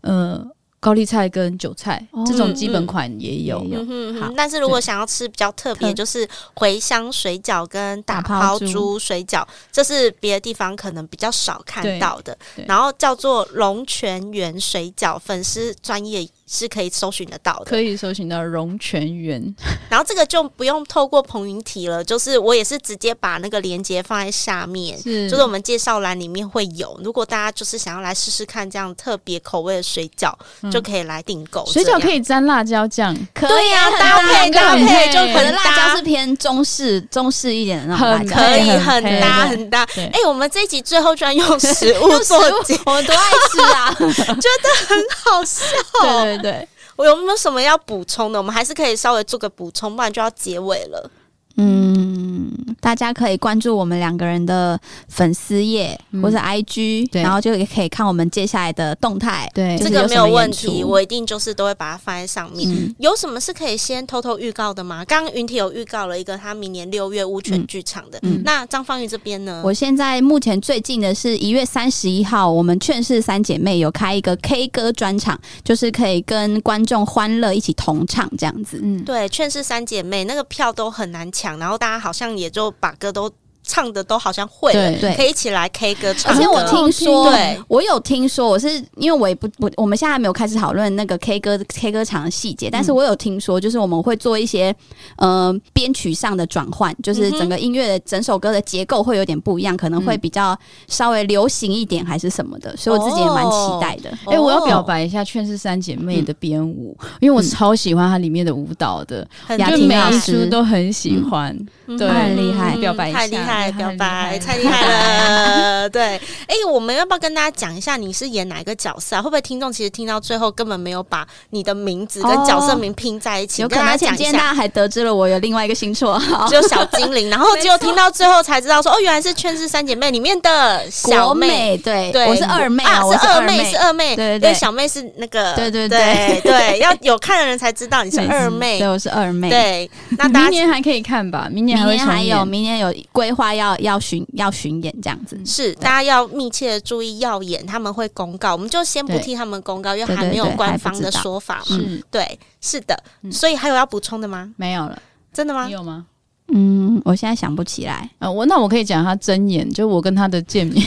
Speaker 3: 呃高丽菜跟韭菜、
Speaker 2: 哦
Speaker 3: 这种
Speaker 1: 嗯
Speaker 3: 基本款也有。
Speaker 2: 也有
Speaker 1: 嗯哼
Speaker 3: 好
Speaker 1: 哼，但是如果
Speaker 3: 对
Speaker 1: 想要吃比较特别，
Speaker 2: 特
Speaker 1: 就是茴香水饺跟打
Speaker 3: 打抛
Speaker 1: 抛
Speaker 3: 猪
Speaker 1: 猪水饺，这是别的地方可能比较少看
Speaker 3: 对
Speaker 1: 到的
Speaker 3: 对。
Speaker 1: 然后叫做龙泉园水饺，粉丝专业是可以搜寻得到的。
Speaker 3: 可以搜寻到荣泉园，
Speaker 1: 然后这个就不用透过彭云提了，就是我也是直接把那个链接放在下面。
Speaker 3: 是
Speaker 1: 就是我们介绍栏里面会有，如果大家就是想要来试试看这样特别口味的水饺，
Speaker 3: 嗯
Speaker 1: 就可以来订购这
Speaker 3: 水
Speaker 1: 样。
Speaker 3: 饺可以沾辣椒酱，
Speaker 2: 可
Speaker 1: 对呀
Speaker 2: 很
Speaker 1: 搭配
Speaker 2: 搭
Speaker 1: 搭
Speaker 3: 配
Speaker 2: 就可能
Speaker 1: 很
Speaker 2: 辣
Speaker 1: 搭
Speaker 2: 椒是偏中式中式一点的那种辣
Speaker 3: 很
Speaker 1: *laughs*
Speaker 2: 椒。
Speaker 1: 可以
Speaker 3: 配
Speaker 1: 很
Speaker 3: 很配
Speaker 1: 搭
Speaker 3: 对
Speaker 1: 很搭。
Speaker 3: 对
Speaker 1: 哎、我们这一集最后居然用食
Speaker 2: *laughs*
Speaker 1: 物
Speaker 2: 就食
Speaker 1: 做结，
Speaker 2: 物，我们多爱吃啊！
Speaker 1: *laughs* 好笑。
Speaker 3: 对对对，
Speaker 1: 我有没有什么要补充的？我们还是可以稍微做个补充，不然就要结尾了。
Speaker 2: 嗯，大家可以关注我们两个人的粉丝页、
Speaker 3: 嗯
Speaker 2: 或者 IG，
Speaker 3: 对
Speaker 2: 然后就也可以看我们接下来的动态。
Speaker 3: 对
Speaker 2: 就
Speaker 1: 这
Speaker 2: 是
Speaker 1: 个
Speaker 2: 哎有
Speaker 1: 没
Speaker 2: 什
Speaker 1: 有
Speaker 2: 么
Speaker 1: 问
Speaker 2: 演
Speaker 1: 题，
Speaker 2: 出。
Speaker 1: 我一定就是都会把它放在上面。
Speaker 2: 嗯
Speaker 1: 有什么是可以先偷偷预告的吗？刚刚云体有预告了一个他明年六月乌泉剧场的，
Speaker 2: 嗯
Speaker 1: 那张方宇这边呢？
Speaker 2: 我现在目前最近的是一月三十一号，我们劝世三姐妹有开一个 K 歌专场，就是可以跟观众欢乐一起同唱这样子。
Speaker 3: 嗯，
Speaker 1: 对《劝世三姐妹》那个票都很难抢，然后大家好像也就把歌都唱的都好像会了，
Speaker 3: 对
Speaker 2: 对
Speaker 1: 可以一起来 K 歌唱
Speaker 2: 而
Speaker 1: 歌。
Speaker 2: 且我听说
Speaker 1: 对，
Speaker 2: 我有听说，我是因为我也不不，我们现在还没有开始讨论那个 K 歌 K 歌场的细节，但是我有听说，就是我们会做一些呃编曲上的转换，就是
Speaker 1: 嗯哼
Speaker 2: 整个音乐的整首歌的结构会有点不一样，可能会
Speaker 3: 嗯
Speaker 2: 比较稍微流行一点还是什么的，所以我自己也蛮期待的。
Speaker 3: 哎、我要表
Speaker 1: 哦
Speaker 3: 白一下《劝世三姐妹》的编舞，因为我超喜欢它里面的舞蹈的，
Speaker 1: 很
Speaker 2: 雅
Speaker 3: 就
Speaker 2: 婷啊
Speaker 3: 每
Speaker 2: 老
Speaker 3: 一
Speaker 2: 师
Speaker 3: 出都很喜欢。对
Speaker 2: 很厉害
Speaker 1: 嗯
Speaker 3: 表白一下
Speaker 1: 太厉害，
Speaker 3: 太
Speaker 1: 表
Speaker 3: 厉
Speaker 1: 白
Speaker 3: 害
Speaker 1: 太厉害
Speaker 3: *laughs*
Speaker 1: 了。对，哎、我们要不要跟大家讲一下你是演哪一个角色啊？会不会听众其实听到最后根本没有把你的名字跟
Speaker 2: 哦
Speaker 1: 角色名拼在一起？
Speaker 2: 有可
Speaker 1: 跟
Speaker 2: 能，
Speaker 1: 大
Speaker 2: 而且
Speaker 1: 家
Speaker 2: 今
Speaker 1: 讲一
Speaker 2: 天大
Speaker 1: 下。
Speaker 2: 家还得知了我有另外一个新绰号
Speaker 1: 只。有小精灵，
Speaker 2: *laughs*
Speaker 1: 然后结果听到最后才知道说，哦，原来是《劝世三姐妹》里面的小
Speaker 2: 国
Speaker 1: 妹。
Speaker 2: 美，对，
Speaker 1: 对，
Speaker 2: 我是二妹
Speaker 1: 啊，
Speaker 2: 我
Speaker 1: 是
Speaker 2: 二
Speaker 1: 妹，是二妹，
Speaker 2: 对对
Speaker 1: 因为
Speaker 2: 对
Speaker 1: 小妹是那个，
Speaker 2: 对对
Speaker 1: 对对，要有看的人才知道你是二妹
Speaker 2: 对，，我是二妹。，
Speaker 1: 对，那大
Speaker 3: 明
Speaker 1: 家
Speaker 3: 年还可以看吧，明
Speaker 2: 明
Speaker 3: 年还会
Speaker 2: 年还
Speaker 3: 重演
Speaker 2: 有，明年有规划要要巡要巡演这样子。
Speaker 1: 是，大家要密切的注意耀眼，他们会公告，我们就先不
Speaker 3: 对
Speaker 1: 替他们公告，因为
Speaker 2: 对
Speaker 1: 还
Speaker 2: 对
Speaker 1: 没有
Speaker 2: 对还
Speaker 1: 官
Speaker 2: 不
Speaker 1: 方
Speaker 2: 知
Speaker 1: 的
Speaker 2: 道
Speaker 1: 说法嘛。
Speaker 3: 是
Speaker 1: 对，是的，
Speaker 3: 嗯
Speaker 1: 所以还有要补充的吗？
Speaker 3: 没有了？
Speaker 1: 真的吗
Speaker 3: 你？有吗？
Speaker 2: 嗯，我现在想不起来。
Speaker 3: 呃，我那我可以讲他真言，就我跟他的见面，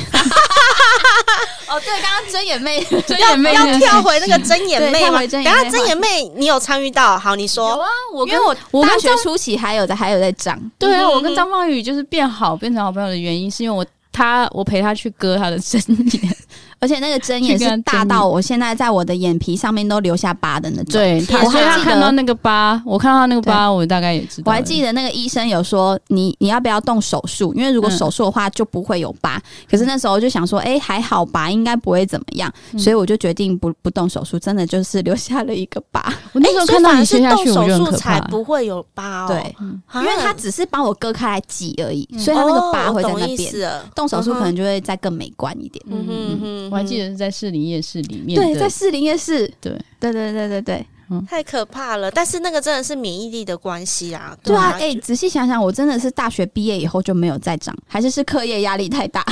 Speaker 2: 哦，对，刚刚睁眼妹
Speaker 3: 真
Speaker 1: *laughs* 要
Speaker 3: 言妹
Speaker 1: 要
Speaker 3: 真的
Speaker 1: 跳回那个睁眼
Speaker 2: 对
Speaker 1: 妹
Speaker 2: 跳
Speaker 1: 吗？
Speaker 2: 回
Speaker 1: 等
Speaker 2: 真
Speaker 1: 一下
Speaker 2: 眼妹
Speaker 1: 睁
Speaker 2: 话
Speaker 1: 眼妹你有参与到？好，你
Speaker 2: 有
Speaker 1: 说哎
Speaker 3: *laughs*
Speaker 2: 啊，我
Speaker 3: 因
Speaker 2: 跟
Speaker 3: 为我
Speaker 2: 我
Speaker 3: 我
Speaker 2: 大
Speaker 3: 跟
Speaker 2: 学初期还有在还有在长，
Speaker 3: 对啊，
Speaker 1: 嗯哼
Speaker 3: 我跟张曼宇就是变好变成好朋友的原因，是因为我他我陪他去割他的真言，
Speaker 2: 而且那个针也
Speaker 3: 去跟
Speaker 2: 是
Speaker 3: 她
Speaker 2: 大
Speaker 3: 争
Speaker 2: 到我现在在我的眼皮上面都留下疤的那种。
Speaker 3: 对，他
Speaker 2: 我
Speaker 3: 所以
Speaker 2: 还
Speaker 3: 他
Speaker 2: 记
Speaker 3: 看
Speaker 2: 得
Speaker 3: 到那个疤，我看到那个疤，我大概也知道
Speaker 2: 我
Speaker 3: 了，
Speaker 2: 还记得那个医生有说，你你要不要动手术？因为如果
Speaker 3: 嗯
Speaker 2: 手术的话就不会有疤。可是那时候就想说，哎、还好吧，应该不会怎么样，所以我就决定不不动手术，真的就是留下了一个疤。
Speaker 3: 我那时
Speaker 1: 哎
Speaker 3: 候
Speaker 1: 所以
Speaker 3: 看到
Speaker 1: 反
Speaker 3: 你
Speaker 1: 而
Speaker 3: 切
Speaker 1: 是
Speaker 3: 下
Speaker 1: 动
Speaker 3: 去，我
Speaker 1: 手
Speaker 3: 觉得很
Speaker 1: 术
Speaker 3: 可
Speaker 1: 才
Speaker 3: 怕。
Speaker 1: 不会有疤哦。
Speaker 2: 欸对，
Speaker 1: 啊，
Speaker 2: 因为他只是帮我割开来挤而已，所以他那个疤会在
Speaker 1: 哦我
Speaker 2: 那
Speaker 1: 懂意
Speaker 2: 边。
Speaker 1: 思了
Speaker 2: 动手术可能就会再更美观一点。
Speaker 1: 嗯哼嗯哼嗯哼
Speaker 3: 我还记得是在士林夜市里面的，
Speaker 2: 嗯对，在士林夜市，
Speaker 3: 对
Speaker 2: 对对对对对
Speaker 1: 太可怕了，但是那个真的是免疫力的关系啊。
Speaker 2: 对啊！
Speaker 1: 哎
Speaker 2: 哎、仔细想想，我真的是大学毕业以后就没有再长，还是是课业压力太大。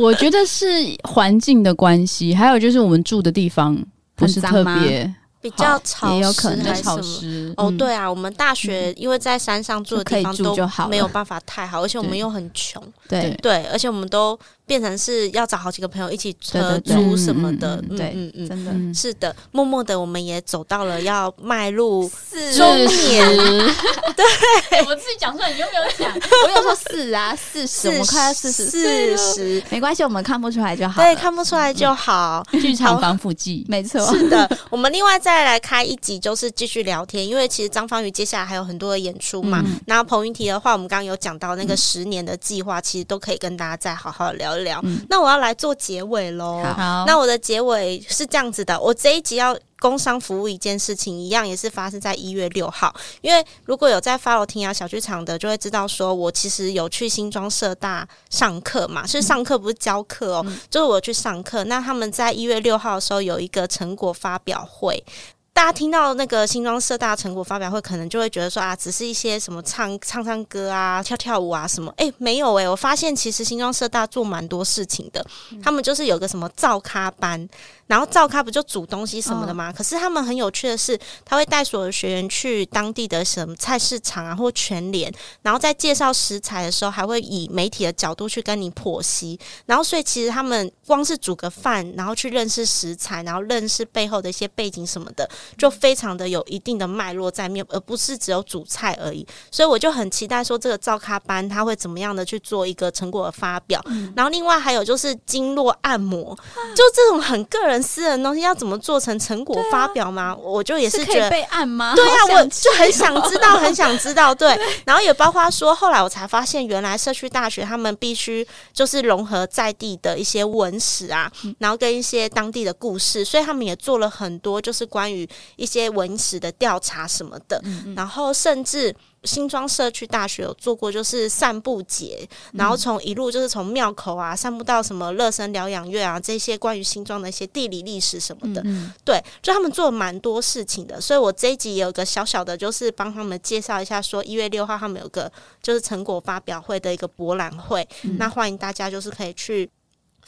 Speaker 3: 我觉得是环境的关系，还有就是我们住的地方不是
Speaker 2: 很脏
Speaker 3: 特
Speaker 2: 吗
Speaker 3: 别
Speaker 1: 比较潮
Speaker 2: 也有
Speaker 1: 湿
Speaker 2: 可能
Speaker 1: 还是
Speaker 3: 潮
Speaker 1: 什么？
Speaker 3: 湿
Speaker 1: 哦，
Speaker 2: 嗯
Speaker 1: 对啊，我们大学因为在山上住的地方
Speaker 2: 就可以住就好
Speaker 1: 都
Speaker 2: 了
Speaker 1: 没有办法太好，而且我们
Speaker 3: 对
Speaker 1: 又很穷，
Speaker 2: 对
Speaker 3: 对
Speaker 1: 对，而且我们都变成是要找好几个朋友一起合
Speaker 2: 对对对
Speaker 1: 租什么的，
Speaker 3: 嗯
Speaker 1: 嗯
Speaker 2: 对
Speaker 1: 嗯嗯，
Speaker 2: 真的
Speaker 3: 嗯，
Speaker 1: 是的，默默的我们也走到了要迈入
Speaker 2: 四
Speaker 1: 中
Speaker 3: *laughs*
Speaker 1: 年，
Speaker 3: 对，我自己讲出来，你又没有讲。
Speaker 2: 我有说四啊，四十，我们快要四十岁
Speaker 1: 四
Speaker 2: 了，
Speaker 1: 十，
Speaker 2: 没关系，我们看不出来就好了。嗯
Speaker 1: 对，看不出来就好。
Speaker 3: 剧场防腐剂，
Speaker 2: 没错，
Speaker 1: 是的，我们另外再来开一集，就是继续聊天，因为其实张方宇接下来还有很多的演出嘛。
Speaker 3: 嗯
Speaker 1: 那彭云提的话，我们刚刚有讲到那个十年的计划，其实都可以跟大家再好好聊一聊。
Speaker 3: 嗯
Speaker 1: 那我要来做结尾喽。
Speaker 2: 好
Speaker 3: 好，
Speaker 1: 那我的结尾是这样子的，我这一集要工商服务一件事情，一样也是发生在一月六号。因为如果有在 follow 听雅小剧场的，就会知道说我其实有去新庄社大上课嘛，是上课不是教课哦，就是我去上课。那他们在一月六号的时候有一个成果发表会。大家听到那个新庄社大成果发表会，可能就会觉得说啊，只是一些什么唱唱唱歌啊、跳跳舞啊什么。诶，没有诶、我发现其实新庄社大做蛮多事情的。他们就是有个什么造咖班，然后造咖不就煮东西什么的吗？可是他们很有趣的是，他会带所有的学员去当地的什么菜市场啊或全联，然后在介绍食材的时候，还会以媒体的角度去跟你剖析。然后所以其实他们光是煮个饭，然后去认识食材，然后认识背后的一些背景什么的，就非常的有一定的脉络在面，而不是只有煮菜而已。所以我就很期待说这个造咖班他会怎么样的去做一个成果的发表。
Speaker 2: 嗯
Speaker 1: 然后另外还有就是经络按摩，就这种很个人私人的东西，要怎么做成成果发表吗？我就也
Speaker 2: 啊
Speaker 1: 觉
Speaker 2: 是可以
Speaker 1: 得。
Speaker 2: 被按吗？
Speaker 1: 对啊
Speaker 2: 好，
Speaker 1: 我
Speaker 2: 想
Speaker 1: 就很想知道，很想知道。对，然后也包括说，后来我才发现，原来社区大学他们必须就是融合在地的一些文史啊，然后跟一些当地的故事，所以他们也做了很多就是关于一些文史的调查什么的，然后甚至。新庄社区大学有做过，就是散步节，然后从一路就是从庙口啊散步到什么乐生疗养院啊，这些关于新庄的一些地理历史什
Speaker 2: 嗯
Speaker 1: 么的，对，就他们做了蛮多事情的，所以我这一集也有个小小的，就是帮他们介绍一下，说一月六号他们有个就是成果发表会的一个博览会，那欢迎大家就是可以去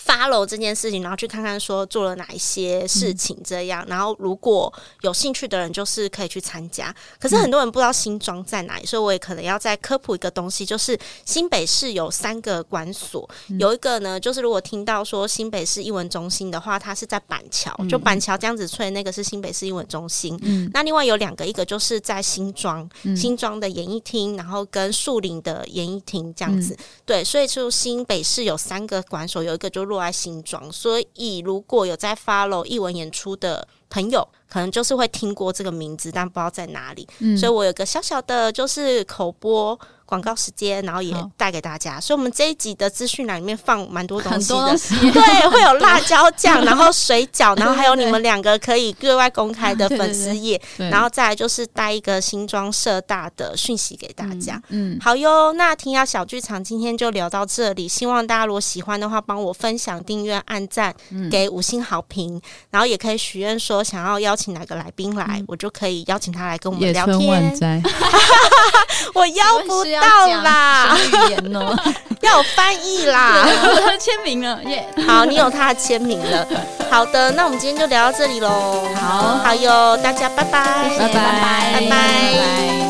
Speaker 1: follow 这件事情，然后去看看说做了哪一些事情这样，然后如果有兴趣的人就是可以去参加。可是很多人不知道新庄在哪里，所以我也可能要再科普一个东西，就是新北市有三个管所，有一个呢，就是如果听到说新北市艺文中心的话，它是在板桥，就板桥这样子吹，那个是新北市艺文中心。那另外有两个，一个就是在新庄，新庄的演艺厅，然后跟树林的演艺厅这样子。对，所以就新北市有三个馆所，有一个就落在新庄，所以如果有在 follow 艺文演出的朋友，可能就是会听过这个名字，但不知道在哪里。所以我有个小小的就是口播广告时间，然后也
Speaker 3: 好
Speaker 1: 带给大家。所以我们这一集的资讯栏里面放蛮嗯多东
Speaker 3: 很
Speaker 1: 西
Speaker 3: 多
Speaker 1: 的
Speaker 3: 东。西，
Speaker 1: 对，会有辣椒 *laughs* 酱，然后水饺，然后还有你们两个可以 *laughs* 对外公开的粉丝页，
Speaker 3: 对
Speaker 1: 然后再来就是带一个新装社大的讯息给大家。
Speaker 3: 嗯，
Speaker 1: 好哟，那听雅小剧场今天就聊到这里。希望大家如果喜欢的话，帮我分享、订阅、按赞，
Speaker 3: 嗯
Speaker 1: 给五星好评，然后也可以许愿说想要邀请哪个来宾来，我就可以邀请他来跟我们
Speaker 3: 嗯野
Speaker 1: 聊
Speaker 3: 村万
Speaker 1: 天。
Speaker 3: 斋，
Speaker 1: 我邀不到
Speaker 2: 啊 *laughs*
Speaker 1: 啦，
Speaker 3: 语言哦，
Speaker 1: 要有翻译啦。
Speaker 3: *laughs* *laughs* 我要签名了耶。
Speaker 1: 好，你有他的签名了。好的，那我们今天就聊到这里喽。
Speaker 3: 好
Speaker 1: 好哟，大家拜拜，
Speaker 2: 哎拜拜
Speaker 1: 拜拜
Speaker 3: 拜拜